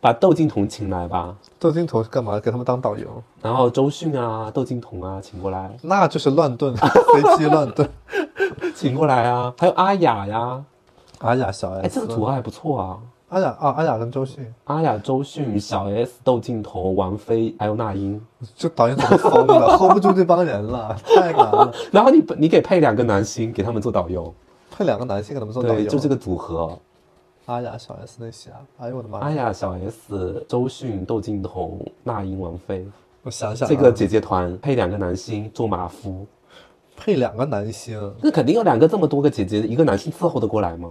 把窦靖童请来吧，
窦靖童是干嘛？给他们当导游，
然后周迅啊、窦靖童啊请过来，
那就是乱炖， 飞机乱炖。
请过来啊，还有阿雅呀、
阿雅、小 S，
哎，这个组合还不错啊。
阿雅啊，阿雅跟周迅，
阿雅、周迅、小 S、窦靖童、王菲，还有那英，
这导演怎么疯了 ？hold 不住这帮人了，太难了。
然后你你给配两个男星给他们做导游，
配两个男性给他们做导
对，
游，
就这个组合，
阿雅、小 S 那些啊。哎呦我的妈！
阿
呀，
雅、小 S、周迅、窦靖童、那英、王菲，
我想想啊、
这个姐姐团配两个男星做马夫，
配两个男星，
那肯定有两个这么多个姐姐，一个男生伺候得过来吗？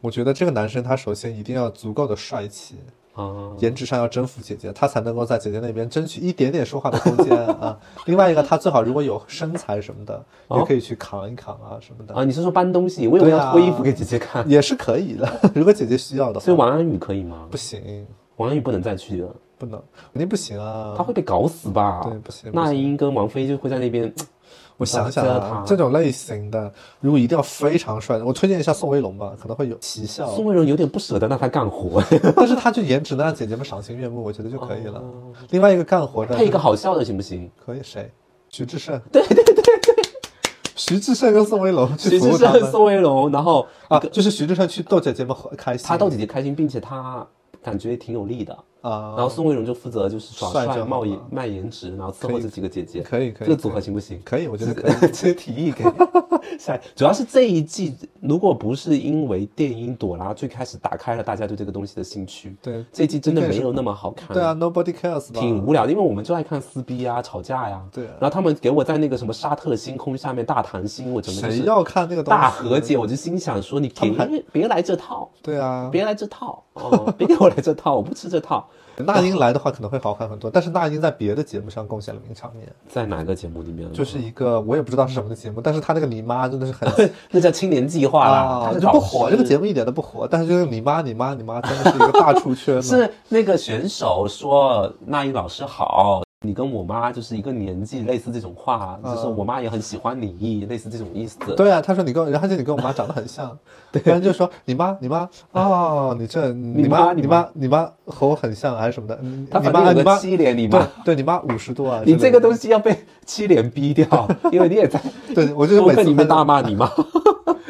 我觉得这个男生他首先一定要足够的帅气，
啊，
颜值上要征服姐姐，他才能够在姐姐那边争取一点点说话的空间 啊。另外一个，他最好如果有身材什么的，
哦
也可以去扛一扛啊什么的，
啊，你是说搬东西？我以
对
为要
啊
脱衣服给姐姐看，
也是可以的。 如果姐姐需要的
所以
话，
王安宇可以吗
不？行，
王安宇不能再去了，
不能，肯定不行啊
他。会被搞死吧？
对不行不行
那英跟王菲就会在那边，
我想想
折
啊
腾，
这种类型的，如果一定要非常帅的，我推荐一下宋威龙吧，可能会有奇效，
宋慧伦有点不舍得让他干 活，
但是他就颜值能让姐姐们赏心悦目，我觉得就可以了。另外一个干活的，
哦配一个好笑的行不行？
可以谁？徐志胜。对对对对，徐志胜跟宋威龙去
徐
服
志
务他
胜、
们
宋威龙，然后
啊，就是徐志胜去逗姐姐们开心，
他逗姐姐开心，并且他感觉挺有力的。然
啊
后，宋威龙就负责就是耍
帅就
帅、
好
冒颜
了
卖颜值，然后伺
可
候
以
这几个姐姐。
可以可以
这个组合
可以
行不行？
可以，我觉得可以。
这这提议 给下，主要是这一季，如果不是因为电音朵拉最开始打开了大家对这个东西的兴趣，
对
这一季真的
应该
没
是
有那么好看。
对啊，Nobody cares 吧？
嗯挺无聊的，因为我们就爱看撕逼啊、吵架呀、
对啊
然后他们给我在那个什么沙特星空下面大谈心，我整个就
谁
是
要看那个东西？
大和解，我就心想说你别别来这套，
对啊，
别来这套，哦，别给我来这套，我不吃这套。
那英来的话可能会好看很多，但是那英在别的节目上贡献了名场面，
在哪个节目里面？
就是一个我也不知道是什么的节目，但是他那个你妈真的是 很
那叫青年计划啦，
啊，
他
就不火，这个节目一点都不火，但是就是你妈你妈你妈真的是一个大出圈了，
是那个选手说那英老师好。你跟我妈就是一个年纪，类似这种话，就是我妈也很喜欢你，类似这种意思。
嗯对啊，他说你跟我，然后就你跟我妈长得很像，对，然后就说你妈你妈哦，你这你
妈
妈
你
你
妈嗯
妈你妈和我很像还是什么的，你
他
你
反
妈
正
你
有个
妈
七连，你妈
对对你妈五十度啊，
你这个东
西，
西要被七连逼 掉，因为你也在
对我就是
播
每
客
次
里面
看到
大 骂你妈，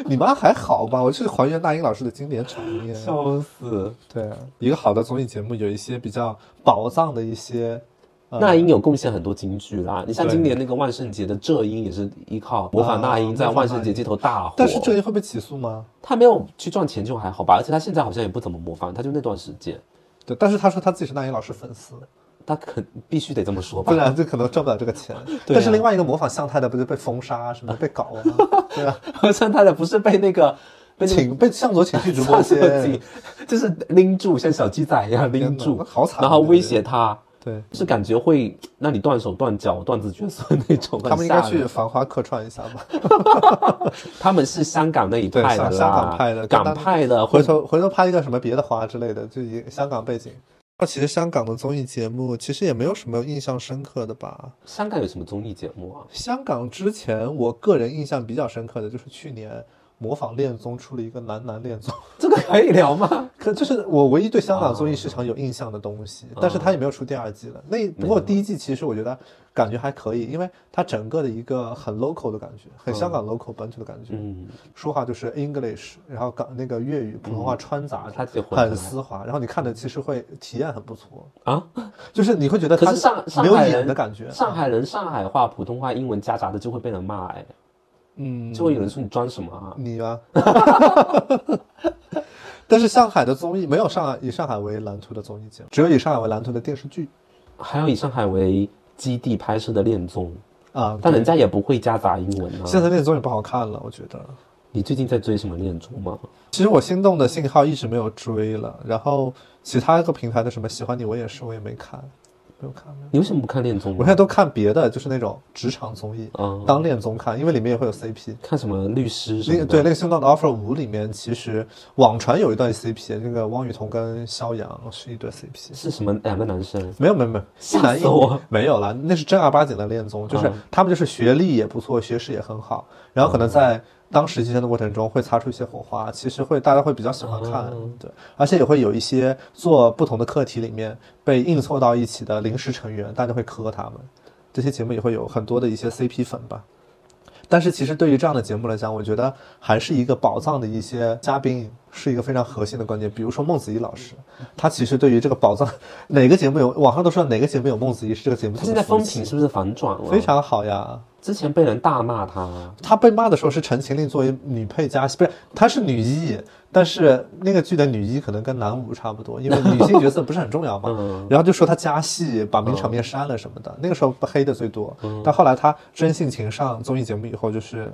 你妈还好吧，我就是还原那英老师的经典场面，
笑死。
对啊，一个好的综艺节目有一些比较宝藏的一些，
那英有贡献很多京剧啦，你像
嗯对啊
今年那个万圣节的这英也是依靠模仿那英在万圣节街头大火，
但是这些会被起诉吗？
他没有去赚钱就还好吧，而且他现在好像也不怎么模仿，他就那段时间，
对，但是他说他自己是那英老师粉丝，
他肯必须得这么说吧
不。然就可能赚不了这个钱。
对啊
但是另外一个模仿向太的不就被封杀什么的被搞了吗？ 对啊，
好像他的不是被那个被那个
请被向左请去直播
上设计
间，，
就是拎住像小鸡仔一样拎
天哪
住，
那好惨啊
然后
这个
威
人
胁他。
对。
是感觉会让你断手断脚、断子绝孙那种。
他们
很
应
吓
该
人
去繁花客串一下吧，
他们是香港那一
对，
派
像
的啦，
香港派的，
港派的
回
会
头回头拍一个什么别的花之类的，就以香港背景。那其实香港的综艺节目其实也没有什么印象深刻的吧。
香港有什么综艺节目啊？
香港之前我个人印象比较深刻的就是去年模仿恋综出了一个男男恋综，
这个可以聊吗？
可这是我唯一对
啊
香港综艺市场有印象的东西，但是它也没有出第二季了。那不过第一季其实我觉得感觉还可以，因为它整个的一个很 local 的感觉，很香港 local 本土的感觉，
嗯，
说话就是 English，然后港那个粤语普通话穿杂着，
嗯它自己混
很
进来
丝滑，然后你看着其实会体验很不错，
啊，
就是你会觉得
可
它
是上上
没有
海
演
人
的感觉，
上海人上海话、普通话、英文夹杂的就会被人骂，哎，
嗯，
就会有人说你装什么啊？
你啊。 但是上海的综艺没有上海以上海为蓝图的综艺节目，只有以上海为蓝图的电视剧
还有以上海为基地拍摄的恋综，
啊。
但人家也不会夹杂英文
现在
啊。
那综艺不好看了，我觉得。
你最近在追什么恋综吗？
其实我心动的信号一直没有追了，然后其他个平台的什么喜欢你我也是我也没看，没有看，没有看。
你为什么不看恋综啊呢？
我现在都看别的，就是那种职场综艺，
嗯
当恋综看，因为里面也会有 CP。
看什么律师什
那
么
个
的。
对那个《心动的 offer 五》里面，其实网传有一段 CP，那个汪雨桐跟肖央是一对 CP。
是什么两个男生？
没有没有没有，
吓
一男一
死我
女没有了，那是正儿八经的恋综，就是
嗯
他们就是学历也不错，学识也很好，然后可能在当时竞争的过程中会擦出一些火花，其实会大家会比较喜欢看，
嗯
对，而且也会有一些做不同的课题里面被硬凑到一起的临时成员，大家会磕他们，这些节目也会有很多的一些 CP 粉吧。但是其实对于这样的节目来讲，我觉得还是一个宝藏的一些嘉宾是一个非常核心的关键。比如说孟子义老师，他其实对于这个宝藏哪个节目有网上都说哪个节目有孟子义是这个节目
他
怎么
现在风
扶起
评是不是反转了？
非。常好呀。
之前被人大骂他，
他被骂的时候是陈情令作为女配加戏，不是她是女一，但是那个剧的女一可能跟男五差不多，因为女性角色不是很重要嘛。然后就说她加戏，把名场面删了什么的，那个时候被黑的最多。但后来她真性情上综艺节目以后，就是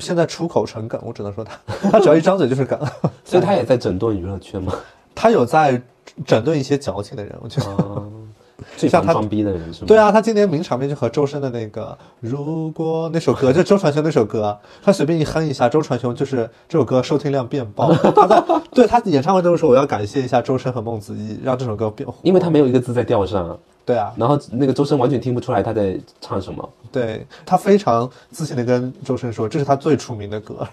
现在出口成梗，我只能说她，她只要一张嘴就是梗。
所以他也在整顿娱乐 圈嘛，
她有在整顿一些矫情的人，我觉得。
最
像
烦
他
装逼的人是吗？
对，啊，他今年名场面就和周深的那个《如果》那首歌，就周传雄那首歌，他随便一哼一下，周传雄就是这首歌收听量变 爆。他在对他演唱会都说我要感谢一下周深和孟子义，让这首歌变火。
因为他没有一个字在调上，
对啊，
然后那个周深完全听不出来他在唱什么。
对他非常自信的跟周深说，这是他最出名的歌。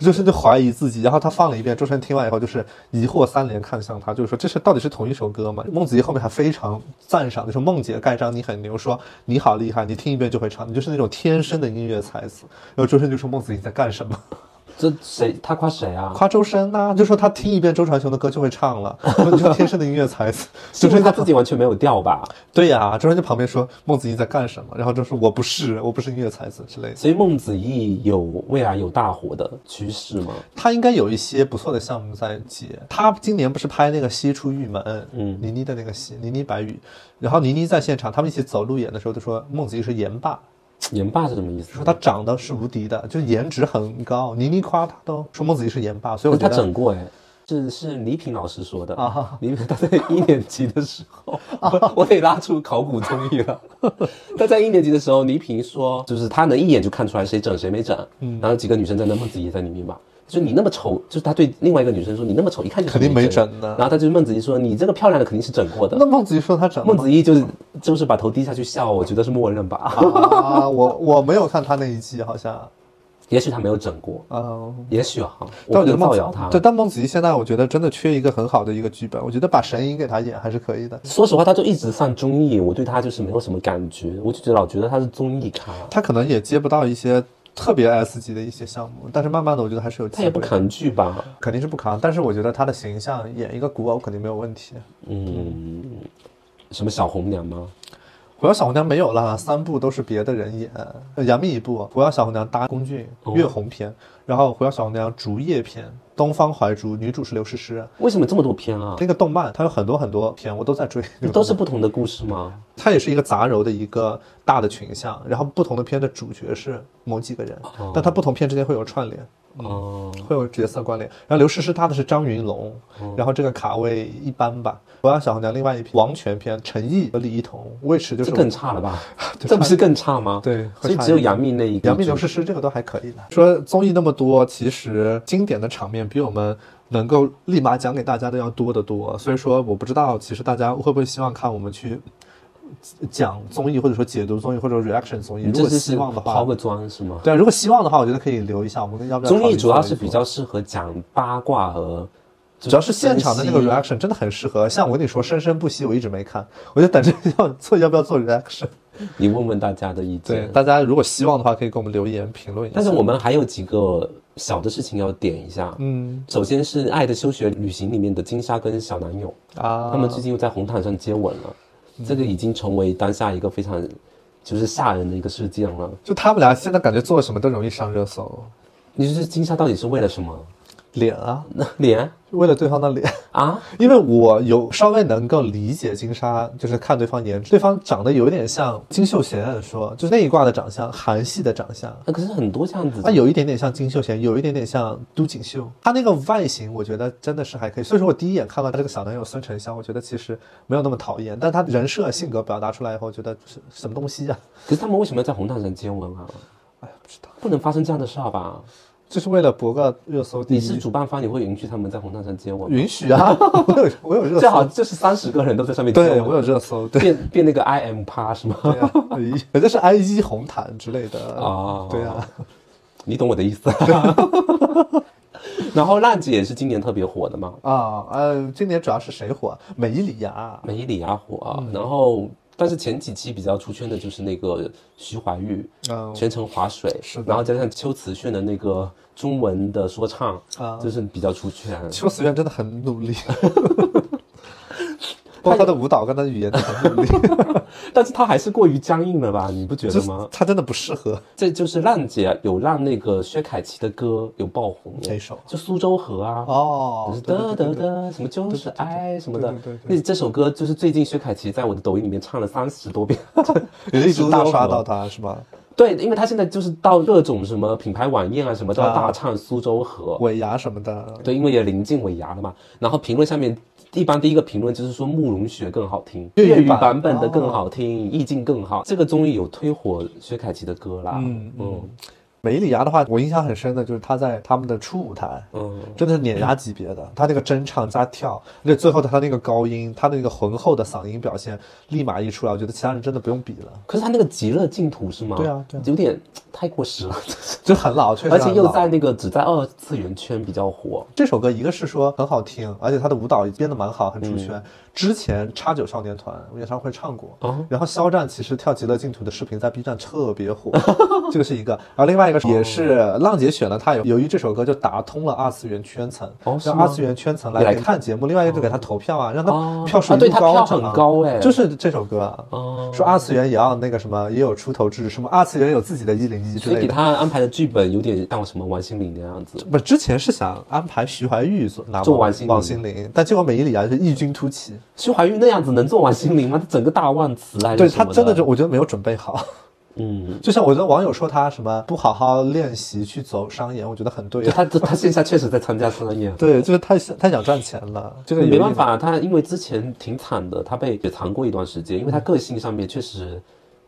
周 深就怀疑自己，然后他放了一遍，周深听完以后就是疑惑三连看向他，就是说这是到底是同一首歌吗？孟子义后面还非常赞赏，就是孟姐盖章你很牛，说你好厉害，你听一遍就会唱，你就是那种天生的音乐才子。然后周深就说孟子义在干什么？
这谁他夸谁啊？
夸周深呐、就说他听一遍周传雄的歌就会唱了，说你是天生的音乐才子。
是
周
因为
深
他
在
自己完全没有调吧？
对呀、周深在旁边说孟子义在干什么？然后就说我不是，我不是音乐才子之类的。
所以孟子义有未来有大火的趋势吗？
他应该有一些不错的项目在接。他今年不是拍那个《西出玉门》，嗯，倪妮的那个戏，倪妮白宇，然后倪妮在现场，他们一起走路演的时候，就说孟子义是颜霸，
言霸是什么意思
说？他长得是无敌的，就是颜值很高。倪妮夸他都说孟子义是颜霸，所以
可
我
是他
觉得
整过哎、是是倪萍老师说的
嗯啊
倪萍他在一年级的时 候，我我得拉出考古综艺了。他在一年级的时候，倪萍说，就是他能一眼就看出来谁整谁没整。
嗯
然后几个女生在那，孟子义也在里面吧。就你那么丑，就是他对另外一个女生说你那么丑，一看就是
肯定没整的
的。然后他就孟子义说你这个漂亮的肯定是整过的。
那 孟子义说他长得
孟子义就是就是把头低下去笑，我觉得是默认吧。
啊，我我没有看他那一季，好像，
也许他没有整过，
嗯。
也许哈，
但
我
我觉得
不能
孟
造
子
谣他。
对，但孟子义现在我觉得真的缺一个很好的一个剧本，我觉得把神医给他演还是可以的。
说实话，他就一直上综艺，我对他就是没有什么感觉，我就觉得老觉得他是综艺咖，
他可能也接不到一些特别 S 级的一些项目，但是慢慢的我觉得还是有机
他
会。
也不扛剧吧？
肯定是不扛，但是我觉得他的形象演一个古偶肯定没有问题。
嗯，什么小红娘吗？
我要小红娘没有啦，三部都是别的人演，呃杨幂一部，我要小红娘搭龚俊，月红篇，然后我要小红娘竹叶篇，东方怀竹，女主是刘诗诗。
为什么这么多片啊？
那个动漫它有很多很多篇，我都在追。那个
都是不同的故事吗？
它也是一个杂糅的一个大的群像，然后不同的片的主角是某几个人，但它不同片之间会有串联。
哦、
会有角色关联。然后刘诗诗搭的是张云龙，然后这个卡位一般吧。我要小红娘另外一批王全篇，陈毅和李一桐，魏迟就
这
是
更差了吧？这不是更差吗？
对
所以
会差
只有
一点
杨幂那一个。
杨幂、刘诗诗这个都还可以的。说综艺那么多，其实经典的场面比我们能够立马讲给大家的要多得多。所以说，我不知道其实大家会不会希望看我们去。讲综艺或者说解读综艺或者 reaction 综艺，
你
如
嗯这
果
是
希望的
抛
话，
个砖是吗？
对啊，如果希望的话，我觉得可以留一下。我们要不要
综
考虑
艺主要
做一
是比
做
较适合讲八卦和，
主要是现场的那个
分析
reaction 真的很适合。像我跟你说，生生不息我一直没看，我就等着要做要不要做 reaction。
你问问大家的意见。
大家如果希望的话，可以给我们留言评论一下。
但是我们还有几个小的事情要点一下。嗯，首先是《爱的休学旅行》里面的金莎跟小男友，
啊，嗯
他们最近又在红毯上接吻了，这个已经成为当下一个非常就是吓人的一个事件了。
就他们俩现在感觉做什么都容易上热搜，
你就是金莎到底是为了什么？
脸啊，
那脸
为了对方的脸。
啊，
因为我有稍微能够理解金莎，就是看对方颜值，对方长得有点像金秀贤，说就是那一挂的长相，韩系的长相，
那可是很多这样子
他
的。
有一点点像金秀贤，有一点点像都锦秀，他那个外形我觉得真的是还可以。所以说我第一眼看到他这个小男友孙沉香，我觉得其实没有那么讨厌，但他人设性格表达出来以后，我觉得是什么东西啊呀、
可是他们为什么要在红毯上接吻啊？
哎呀，不知道，
不能发生这样的事好吧？
就是为了博个热搜第
你是
一。
主办方，你会允许他们在红毯上接吻吗？
允许啊，我有我有热
最好
搜，
就是三十个人都在上面接吻。
对我有热搜， 对。哎
变变那个 I M 趴是吗？
对呀、啊人家是 I 一红毯之类的
哦
对呀、啊
你懂我的意思。 然后浪姐也是今年特别火的嘛，
啊，呃，今年主要是谁火？美伊里亚，
梅里亚火啊。
嗯
然后，但是前几期比较出圈的就是那个徐怀钰，
嗯
全程划水，
是的
然后加上秋瓷炫的那个中文的说唱，
啊
就是比较出圈。
邱思源真的很努 力，包括他的舞蹈跟他的语言都很努力，
但是他还是过于僵硬了吧？你不觉
就
得
是
吗？
他真的不适合。
这就是浪姐有让那个薛凯琪的歌有爆红，
哪一首
就苏州河啊。
哦
就是，
对
得得，得，什么就是爱什么的
对对对，对
那这首歌就是最近薛凯琪在我的抖音里面唱了三十多 遍，
对对也一直大刷到他是吧？
对，因为他现在就是到各种什么品牌晚宴啊什么都要
啊
大唱苏州河，
尾牙什么的，
对，因为也临近尾牙了嘛。然后评论下面一般第一个评论就是说慕容雪更好听，
粤语
粤语
版
版本的
哦
更好听，意境更好。这个终于有推火薛凯琪的歌啦。嗯嗯
美伊里亚的话，我印象很深的就是他在他们的初舞台，
嗯，
真的是碾压级别的，他那个真唱加跳，而且最后他那个高音，他那个浑厚的嗓音表现，立马一出来，我觉得其他人真的不用比了，
可是他那个极乐净土是吗？
对啊对啊
有点太过时了， 就是啊
就很老，确实
而且
很
又
老
在那个只在二次元圈比较火。
这首歌一个是说很好听，而且他的舞蹈也编得蛮好，
嗯
很出圈。之前叉九少年团演唱会唱过，
哦
然后肖战其实跳《极乐净土》的视频在 B 站特别 火，这个是一个。然后另外一个
哦
也是浪姐选了他，由于这首歌就打通了二次元圈层，
哦是
让
吗
二次元圈层来
也来
给看节目，另外一个就给他投票啊，让他
哦
票数
啊对
越
他
高
票
涨啊
很高哎
就是这首歌啊。
哦
说二次元也要那个什么，也有出头制，什么二次元有自己的一零一之
所以
类
给
的。
他安排的剧本有点像什么王心凌那样子，
不，之前是想安排徐怀钰做拿
做
王
王心凌
王心凌，但结果美伊里亚是异军突起，
薛怀钰那样子能做王心凌吗？她整个大忘词啊来，
对他真的就我觉得没有准备好。
嗯，
就像我的网友说他什么不好好练习去走商演，我觉得很对
就
啊。
她她线下确实在参加 商演，
对，就是太想太想赚钱了，这个有
没办
点。
法，她因为之前挺惨的，她被雪藏过一段时间，因为她个性上面确实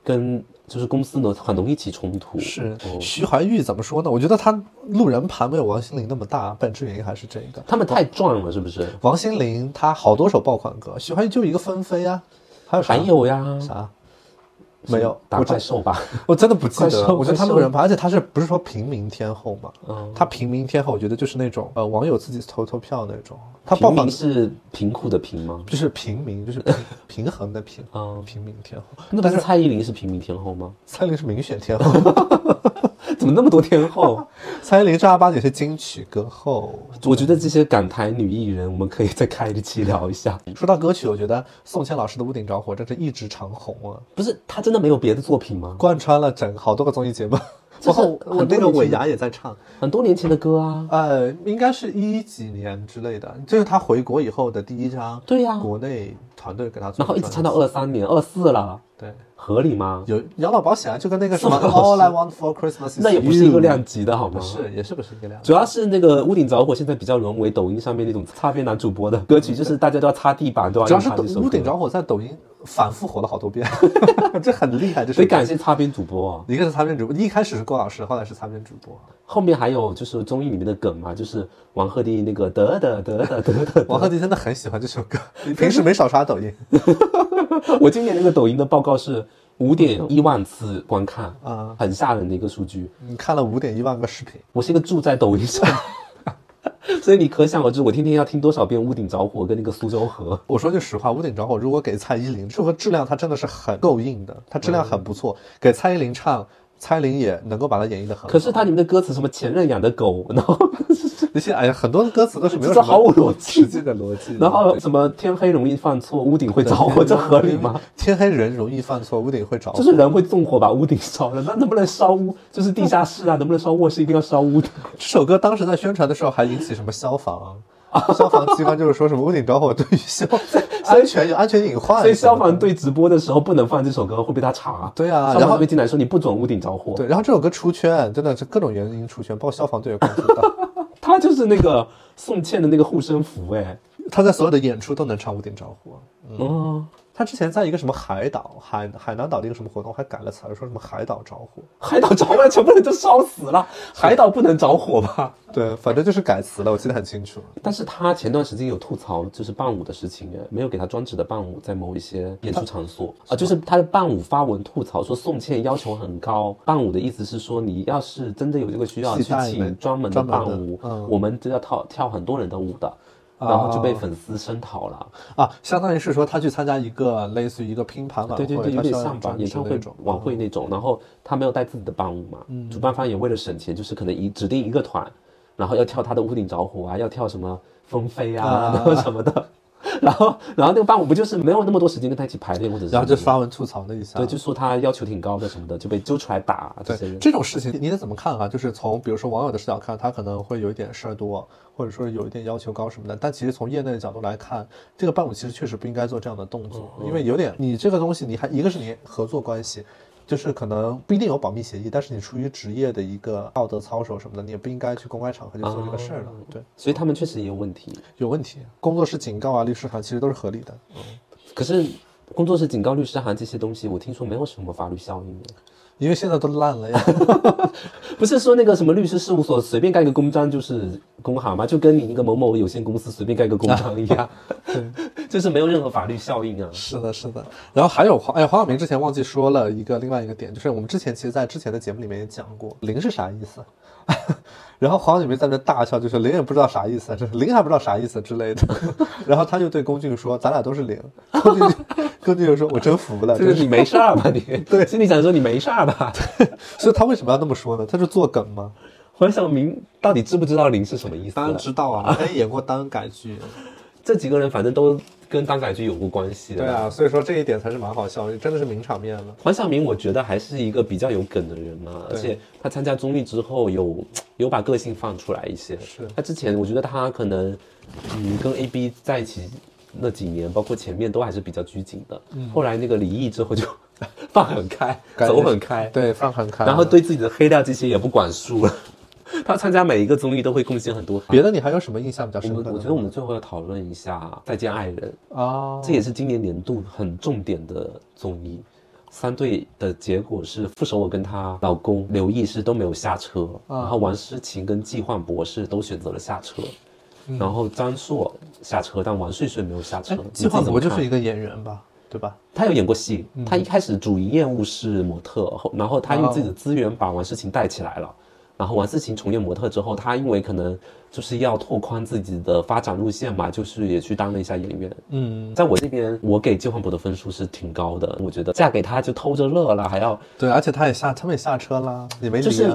跟就是公司呢很容易起冲突，
是
哦
徐怀钰怎么说呢？我觉得他路人盘没有王心凌那么大，本质原因还是这个。
他们太壮了，是不是？
王心凌她好多首爆款歌，徐怀钰就一个纷飞啊，还有啥
还有呀，
啥？没有，
打
我真
怪兽吧，
我真的不记
快
得，
说
我觉得他们
快说
有人拍，而且他是不是说平民天后嘛？
嗯
他平民天后，我觉得就是那种呃网友自己投投票那种，他 爆
平
款
民是贫苦的贫吗？
就是平民，就是平平衡的 平，
嗯
平民天后。
那不是蔡依林是平民天 后吗？
蔡依林是民选天后，
怎么那么多天后？
蔡依林正儿八经是金曲歌后。
我觉得这些港台女艺人，我们可以再开一期聊一下。
说到歌曲，我觉得宋茜老师的《屋顶着火》真是一直长红啊，
不是她真的没有别的作品吗？
贯穿了整好多个综艺节目，
这
包
是
括 我
很
那
多
个
年前
尾牙也在唱。
很多年前的歌啊，
呃，应该是一几年之类的，这是他回国以后的第一张，
对呀
国内团队给他做的专辑，
然后一直唱到二三 年、二四了，
对，
合理吗？
有养老保险啊，就跟那个什么
什么东
All
西
I Want for Christmas is
哦 那也不是一个
You
量级的好吗
不？是，也是不是一个量，
主要是那个屋顶着火，现在比较沦为抖音上面那种擦边男主播的歌曲，就是大家都要擦地板，嗯都要
主要
用
是
它
抖
这首歌
屋顶着火在抖音反复火了好多 遍，这很厉害，这是
得感谢擦边主播啊。
一个是擦边主播，一开始是郭老师，后来是擦边主 播。
后面还有就是综艺里面的梗嘛，就是王鹤棣那个得得得得得 得
王鹤棣真的很喜欢这首歌，平时没少刷抖音
我今年那个抖音的报告是五点一万次观看，
啊
很吓人的一个数据。
你看了五点一万个视频，
我是一个住在抖音上， 所以你可想而知，我天天要听多少遍《屋顶着火》跟那个《苏州河》。
我说句实话，《屋顶着火》如果给蔡依林，这首歌质量它真的是很够硬的，它质量很不错。给蔡依林唱《蔡琳也能够把它演绎的很好。
嗯可是它里面的歌词什么前任养的狗， 然后
那些哎呀，很多歌词都是没有
这
什
毫无逻
么
辑
实际的逻辑的。
然后什么天黑容易犯错，屋顶会着火，这合理吗？？
天黑人容易犯错，屋顶会着火。
嗯就是人会纵火把屋顶烧了，那能不能烧屋？就是地下室啊，能不能烧卧室？一定要烧屋顶。
这首歌当时在宣传的时候还引起什么消防。消防机关就是说什么屋顶着火对于 消安全有安全隐患，
所以消防队直播的时候不能放这首歌，会被他查。
对啊
消
然后
防队进来说你不准屋顶着火。
对，然后这首歌出圈，真的是各种原因出圈，包括消防队也关注到，
他就是那个宋茜的那个护身符，哎，
他在所有的演出都能唱屋顶着火。
嗯，
他之前在一个什么海岛，海海南岛的一个什么活动，还改了词儿，说什么海岛着火。
海岛着了，全部人都烧死了，海岛不能着火吧？
对，反正就是改词了，我记得很清楚。
但是他前段时间有吐槽，就是伴舞的事情，哎，没有给他专职的伴舞在某一些演出场所啊，就是他的伴舞发文吐槽说宋茜要求很高，伴舞的意思是说你要是真的有这个需要
自
去
己带呗
请专门的
专门
伴
的
舞，
嗯
我们都要跳跳很多人的舞的，然后就被粉丝声讨了。
啊，相当于是说他去参加一个类似于一个拼盘晚会，
对对对，
啊
有
他需
点
要
像吧
专，职
演唱
那
会
种嗯
晚会那种。然后他没有带自己的伴舞嘛，主办方也为了省钱，就是可能一指定一个团，然后要跳他的屋顶着火啊，要跳什么风飞啊，
啊
然后什么的。然后，然后那个伴舞不就是没有那么多时间跟他一起排练，或者是
然后就
什么
发文吐槽了一下。
对，就说他要求挺高的什么的，就被揪出来打啊这些
对
人。
这种事情，你得怎么看啊？就是从比如说网友的视角看，他可能会有一点事儿多，或者说有一点要求高什么的。但其实从业内的角度来看，这个伴舞其实确实不应该做这样的动作，
嗯
因为有点你这个东西，你还一个是你合作关系。就是可能不一定有保密协议，但是你出于职业的一个道德操守什么的，你也不应该去公开场合去做这个事儿
啊
了。对，
所以他们确实也有问题。
有问题。工作室警告啊，律师函其实都是合理的。
可是工作室警告、律师函这些东西，我听说没有什么法律效应。
因为现在都烂了呀，
不是说那个什么律师事务所随便盖个公章就是公函吗？就跟你一个某某有限公司随便盖个公章一 样，就是没有任何法律效应啊。
是的，是的。然后还有黄，哎，黄晓明之前忘记说了一个另外一个点，就是我们之前其实，在之前的节目里面也讲过，零是啥意思。 然后黄晓明在那大笑，就是零也不知道啥意思，这零还不知道啥意思之类的。 然后他就对龚俊说：“咱俩都是零。”龚俊，龚俊就 说：“我真服了。”
就是
真是。
你没事儿吧你？对，心里想说你没事儿 吧？
所以他为什么要那么说呢？他是做梗吗？
黄晓明到底知不知道零是什么意思、啊？
道啊，他也演过单改剧。
这几个人反正都跟当改剧有过关系 的。
对啊，所以说这一点才是蛮好笑的，真的是名场面了。
黄晓明，我觉得还是一个比较有梗的人嘛，而且他参加综艺之后有有把个性放出来一些。
是
他之前我觉得他可能，嗯，跟 A B 在一起那几年，包括前面都还是比较拘谨的。
嗯
后来那个离异之后就 放很开，走很开，
对，放很开。
然后对自己的黑料这些也不管束了。 他参加每一个综艺都会贡献很多。
别的你还有什么印象比较深
我
刻的
们
吗？
我觉得我们最后要讨论一下《再见爱人》。
啊，
这也是今年年度很重点的综艺。三队的结果是傅首尔跟她老公刘毅是都没有下车，
啊
然后王诗晴跟季焕博士都选择了下车，然后张硕下车，但王睡睡没有下车
嗯哎。季焕博就是一
个
个嗯演员吧，对吧？
他有演过戏，他一开始主营业务是模特，后然后他用
哦
自己的资源把王诗晴带起来了。然后王思晴重演模特之后，她因为可能就是要拓宽自己的发展路线嘛，就是也去当了一下演员。
嗯，
在我这边，我给季焕博的分数是挺高的，我觉得嫁给他就偷着乐了，还要
对，而且他也下，他们也下车啦，也没离、啊，
就是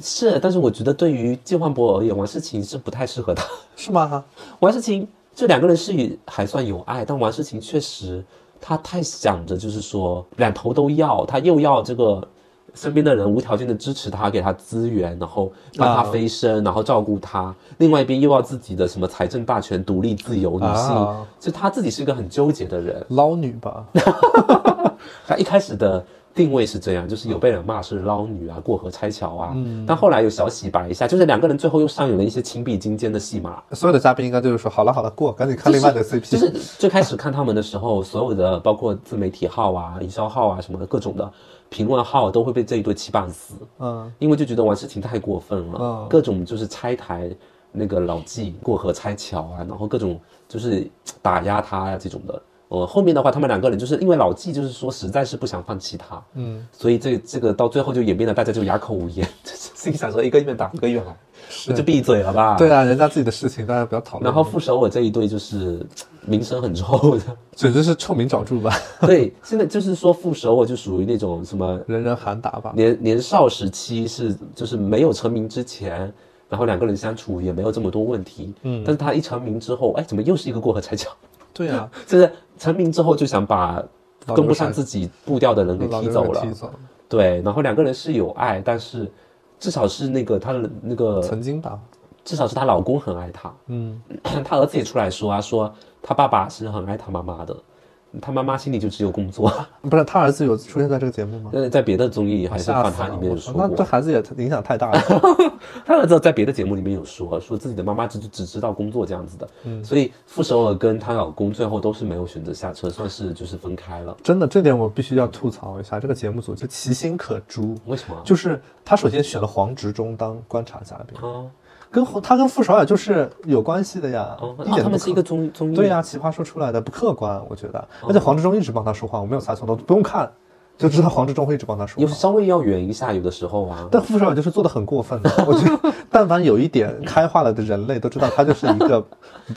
是，但是我觉得对于季焕博而言，王诗晴是不太适合他。
是吗？
王诗晴这两个人是还算有爱，但王诗晴确实她太想着就是说两头都要，她又要这个身边的人无条件的支持她，给她资源，然后让她
啊
飞升，然后照顾她；另外一边又要自己的什么财政霸权、独立、自由、女性，
啊
就她自己是一个很纠结的人。
捞女吧，
她一开始的定位是这样，就是有被人骂是捞女啊、过河拆桥啊，但后来有小洗白一下，就是两个人最后又上演了一些情比金坚的戏码。
所有的嘉宾应该就是说，好了好了，过，赶紧看另外的 CP。
就是最开始看他们的时候，所有的包括自媒体号啊、营销号啊什么的各种的评论号都会被这一对气半死，
嗯，
因为就觉得王诗晴太过分了，
嗯
各种就是拆台那个老纪过河拆桥啊，然后各种就是打压他呀、这种的。呃，后面的话，他们两个人就是因为老纪就是说实在是不想放弃他，嗯，所以这这个到最后就演变得大家就哑口无言， 就是心里想说一个愿打一个愿挨，那就闭嘴了吧，
啊对啊，人家自己的事情大家不要讨论。
然后傅首尔这一对就是名声很臭的。
简直是臭名昭著吧，
对，现在就是说傅首尔就属于那种什么
人人喊打吧。
年年少时期是就是没有成名之前，然后两个人相处也没有这么多问题。嗯，但是他一成名之后，哎，怎么又是一个过河拆桥？
对啊，
就是成名之后就想把跟不上自己步调的人给
老
踢
刘
走
给
了。
踢走了，
对，然后两个人是有爱，但是至少是那个她的那个，
曾经吧，
至少是她老公很爱她。
嗯，
她儿子也出来说啊，说她爸爸是很爱她妈妈的，她妈妈心里就只有工作。
不是他儿子有出现在这个节目吗？
但是在别的综艺还是
吓
访
死
谈
了
里
我
面
操
说
那对
过，
孩子也影响太大了。
她儿子在别的节目里面有说，说自己的妈妈只只知道工作这样子的，
嗯
所以傅首尔跟她老公最后都是没有选择下车，算是就是分开了。
真的，这点我必须要吐槽一下，这个节目组就其心可诛。
为什么？啊
就是他首先选了黄执中当观察嘉宾，
啊
跟黄他跟傅首尔就是有关系的呀，
哦，
一
啊
点
他
都不
们
客
是一个综综艺
对啊呀、奇葩说出来的不客观，我觉得。而且黄执中一直帮他说话，我没有猜错，都不用看就知道黄执中会一直帮他说
有
话。
稍微要圆一下，有的时候啊，
但傅首尔就是做的很过分的，啊 我觉得但凡有一点开化了的人类都知道，他就是一个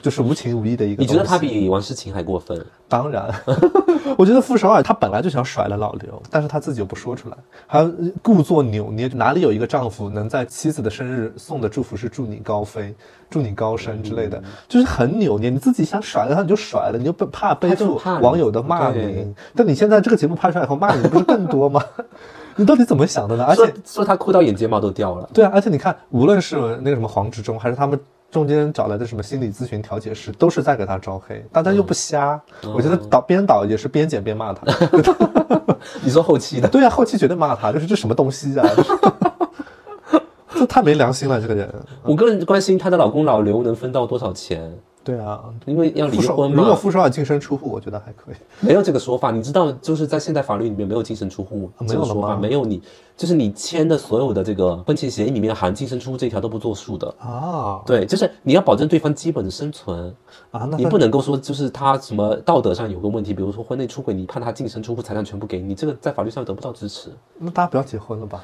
就是无情无义的一个东
你
西。
觉得他比王诗晴还过分？
当然， 我觉得傅首尔她本来就想甩了老刘，但是她自己又不说出来，还故作扭捏。哪里有一个丈夫能在妻子的生日送的祝福是祝你高飞、祝你高升之类
嗯
的，就是很扭捏。你自己想甩了他，你就甩了，你就不怕背
就
负
怕你
网友的骂
对
名。但你现在这个节目拍出来以后，骂你的不是更多吗？ 你到底怎么想的呢？而
说
且，
说他哭到眼睫毛都掉了。
对啊，而且你看，无论是
嗯
那个什么黄执中，还是他们。中间找来的什么心理咨询调解师，都是在给他招黑，大
嗯
家又不瞎，我觉得导编导也是边剪边骂他，
你说后期的，
对啊，后期绝对骂他，就是这什么东西啊，就是 这太没良心了，这个人。
我更关心她的老公老刘能分到多少钱，
对啊，
因为要离
傅首
婚
如果
嘛，
傅首尔净身出户，我觉得还可以。
没有这个说法。你知道，就是在现代法律里面没有净身出户
啊没
这
有
个
了
说法，
吗
没有你就是你签的所有的这个婚前协议里面含净身出户这一条都不作数的。
啊
对，就是你要保证对方基本的生存，
啊，那
你
他
不能够说就是他什么道德上有个问题，比如说婚内出轨，你判他净身出户，财产全部给你，这个在法律上得不到 支持。
那大家不要结婚了吧？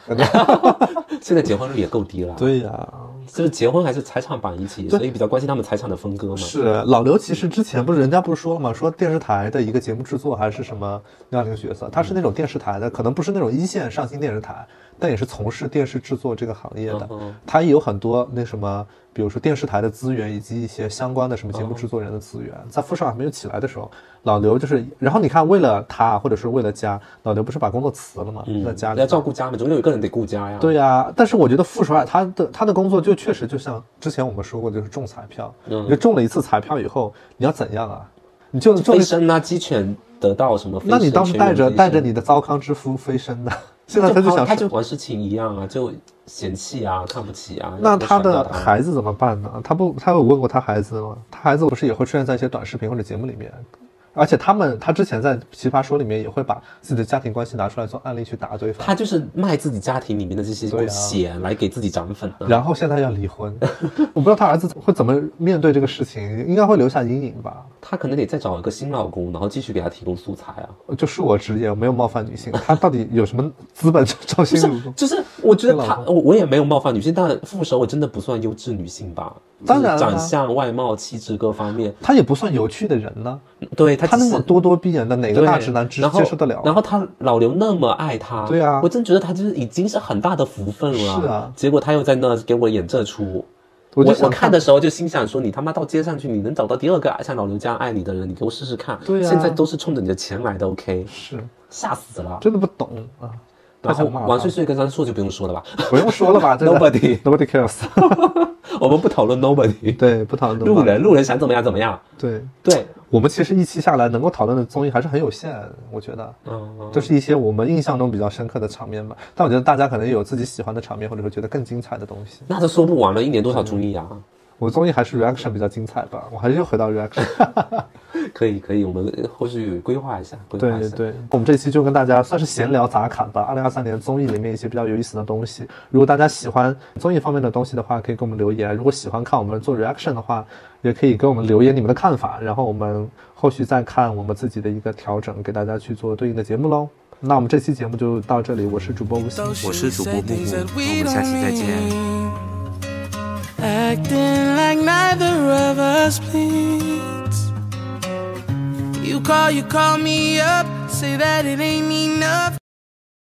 现在结婚率也够低了，
对呀、
就是结婚还是财产绑一起，所以比较关心他们财产的分割嘛。
是老刘，其实之前不是人家不是说了吗？说电视台的一个节目制作还是什么那样的一个角色，他是那种电视台的，可能不是那种一线上新电视台，但也是从事电视制作这个行业的
嗯哼。
他也有很多那什么，比如说电视台的资源以及一些相关的什么节
嗯
目制作人的资源。在富少还没有起来的时候，老刘就是，然后你看，为了他或者是为了家，老刘不是把工作辞了吗？
嗯
在家里
要照顾家嘛，总有一个人得顾家呀。
对呀、但是我觉得傅首尔他的他的工作就确实就像之前我们说过，就是中彩票。
嗯
你就中了一次彩票以后，你要怎样啊？你就中
飞
了，
升啊，鸡犬得到什么飞
那
升？
你当时
全员
带着
飞升
带着，你的糟糠之夫飞升 的，现在
就
他就
抛
想
啊他就
说
王诗晴一样啊，就嫌弃啊，看不起啊。
那
然后
他
甩掉
的
他
孩子怎么办呢？他不，他有问过他孩子吗？他孩子不是也会出现在一些短视频或者节目里面，而且他们他之前在《奇葩说》里面也会把自己的家庭关系拿出来做案例去打对方。
他就是卖自己家庭里面的这些
对啊
血来给自己啊涨粉 的。
然后现在要离婚，我不知道他儿子会怎么面对这个事情，应该会留下阴影吧。
他可能得再找一个新老公，然后继续给他提供素材啊。
就是我职业，我没有冒犯女性。她到底有什么资本去找新老公？
就是我觉得
新
他
老，
我我也没有冒犯女性，但傅首尔真的不算优质女性吧？
当然啊
就是长相、外貌、气质各方面，
她也不算有趣的人呢。
对他
她
只
那
是
么咄咄逼人的，哪个
对
大直男接
然后
接受得了？
然后他老刘那么爱他，
对啊
我真觉得他就是已经是很大的福分了。
是啊
结果他又在那给我演这出。
我就
我
想
看的时候就心想说，你他妈到街上去，你能找到第二个哎像老刘这样爱你的人，你给我试试看。
对啊
现在都是冲着你的钱来的，OK，
是
吓死了。
真的不懂啊。她
然后
想骂
王
他
睡，睡跟张硕就不用说了吧，
不用说了吧真的
Nobody
nobody cares。
我们不讨论 nobody，
对，不讨论的
路
吧。
人路人想怎么样怎么样。
对
对，
我们其实一期下来能够讨论的综艺还是很有限，我觉得。
嗯，
这是一些我们印象中比较深刻的场面吧，但我觉得大家可能也有自己喜欢的场面，或者说觉得更精彩的东西。
那都说不完了，一年多少综艺啊？
我综艺还是 reaction 比较精彩吧，我还是又回到 reaction。
可以可以，我们后续规划一下，规划一
对
下。
对，我们这期就跟大家算是闲聊杂侃吧，二零二三年综艺里面一些比较有意思的东西。如果大家喜欢综艺方面的东西的话，可以给我们留言；如果喜欢看我们做 reaction 的话，也可以给我们留言你们的看法，然后我们后续再看我们自己的一个调整，给大家去做对应的节目喽。那我们这期节目就到这里，我是主播吴昕。
我
我是
是主
主
播
播
木
木木，
木我
我
们
们下
下期
期
再
再
见
见。
Acting like neither of us bleeds. You call, you call me up, say that it ain't enough.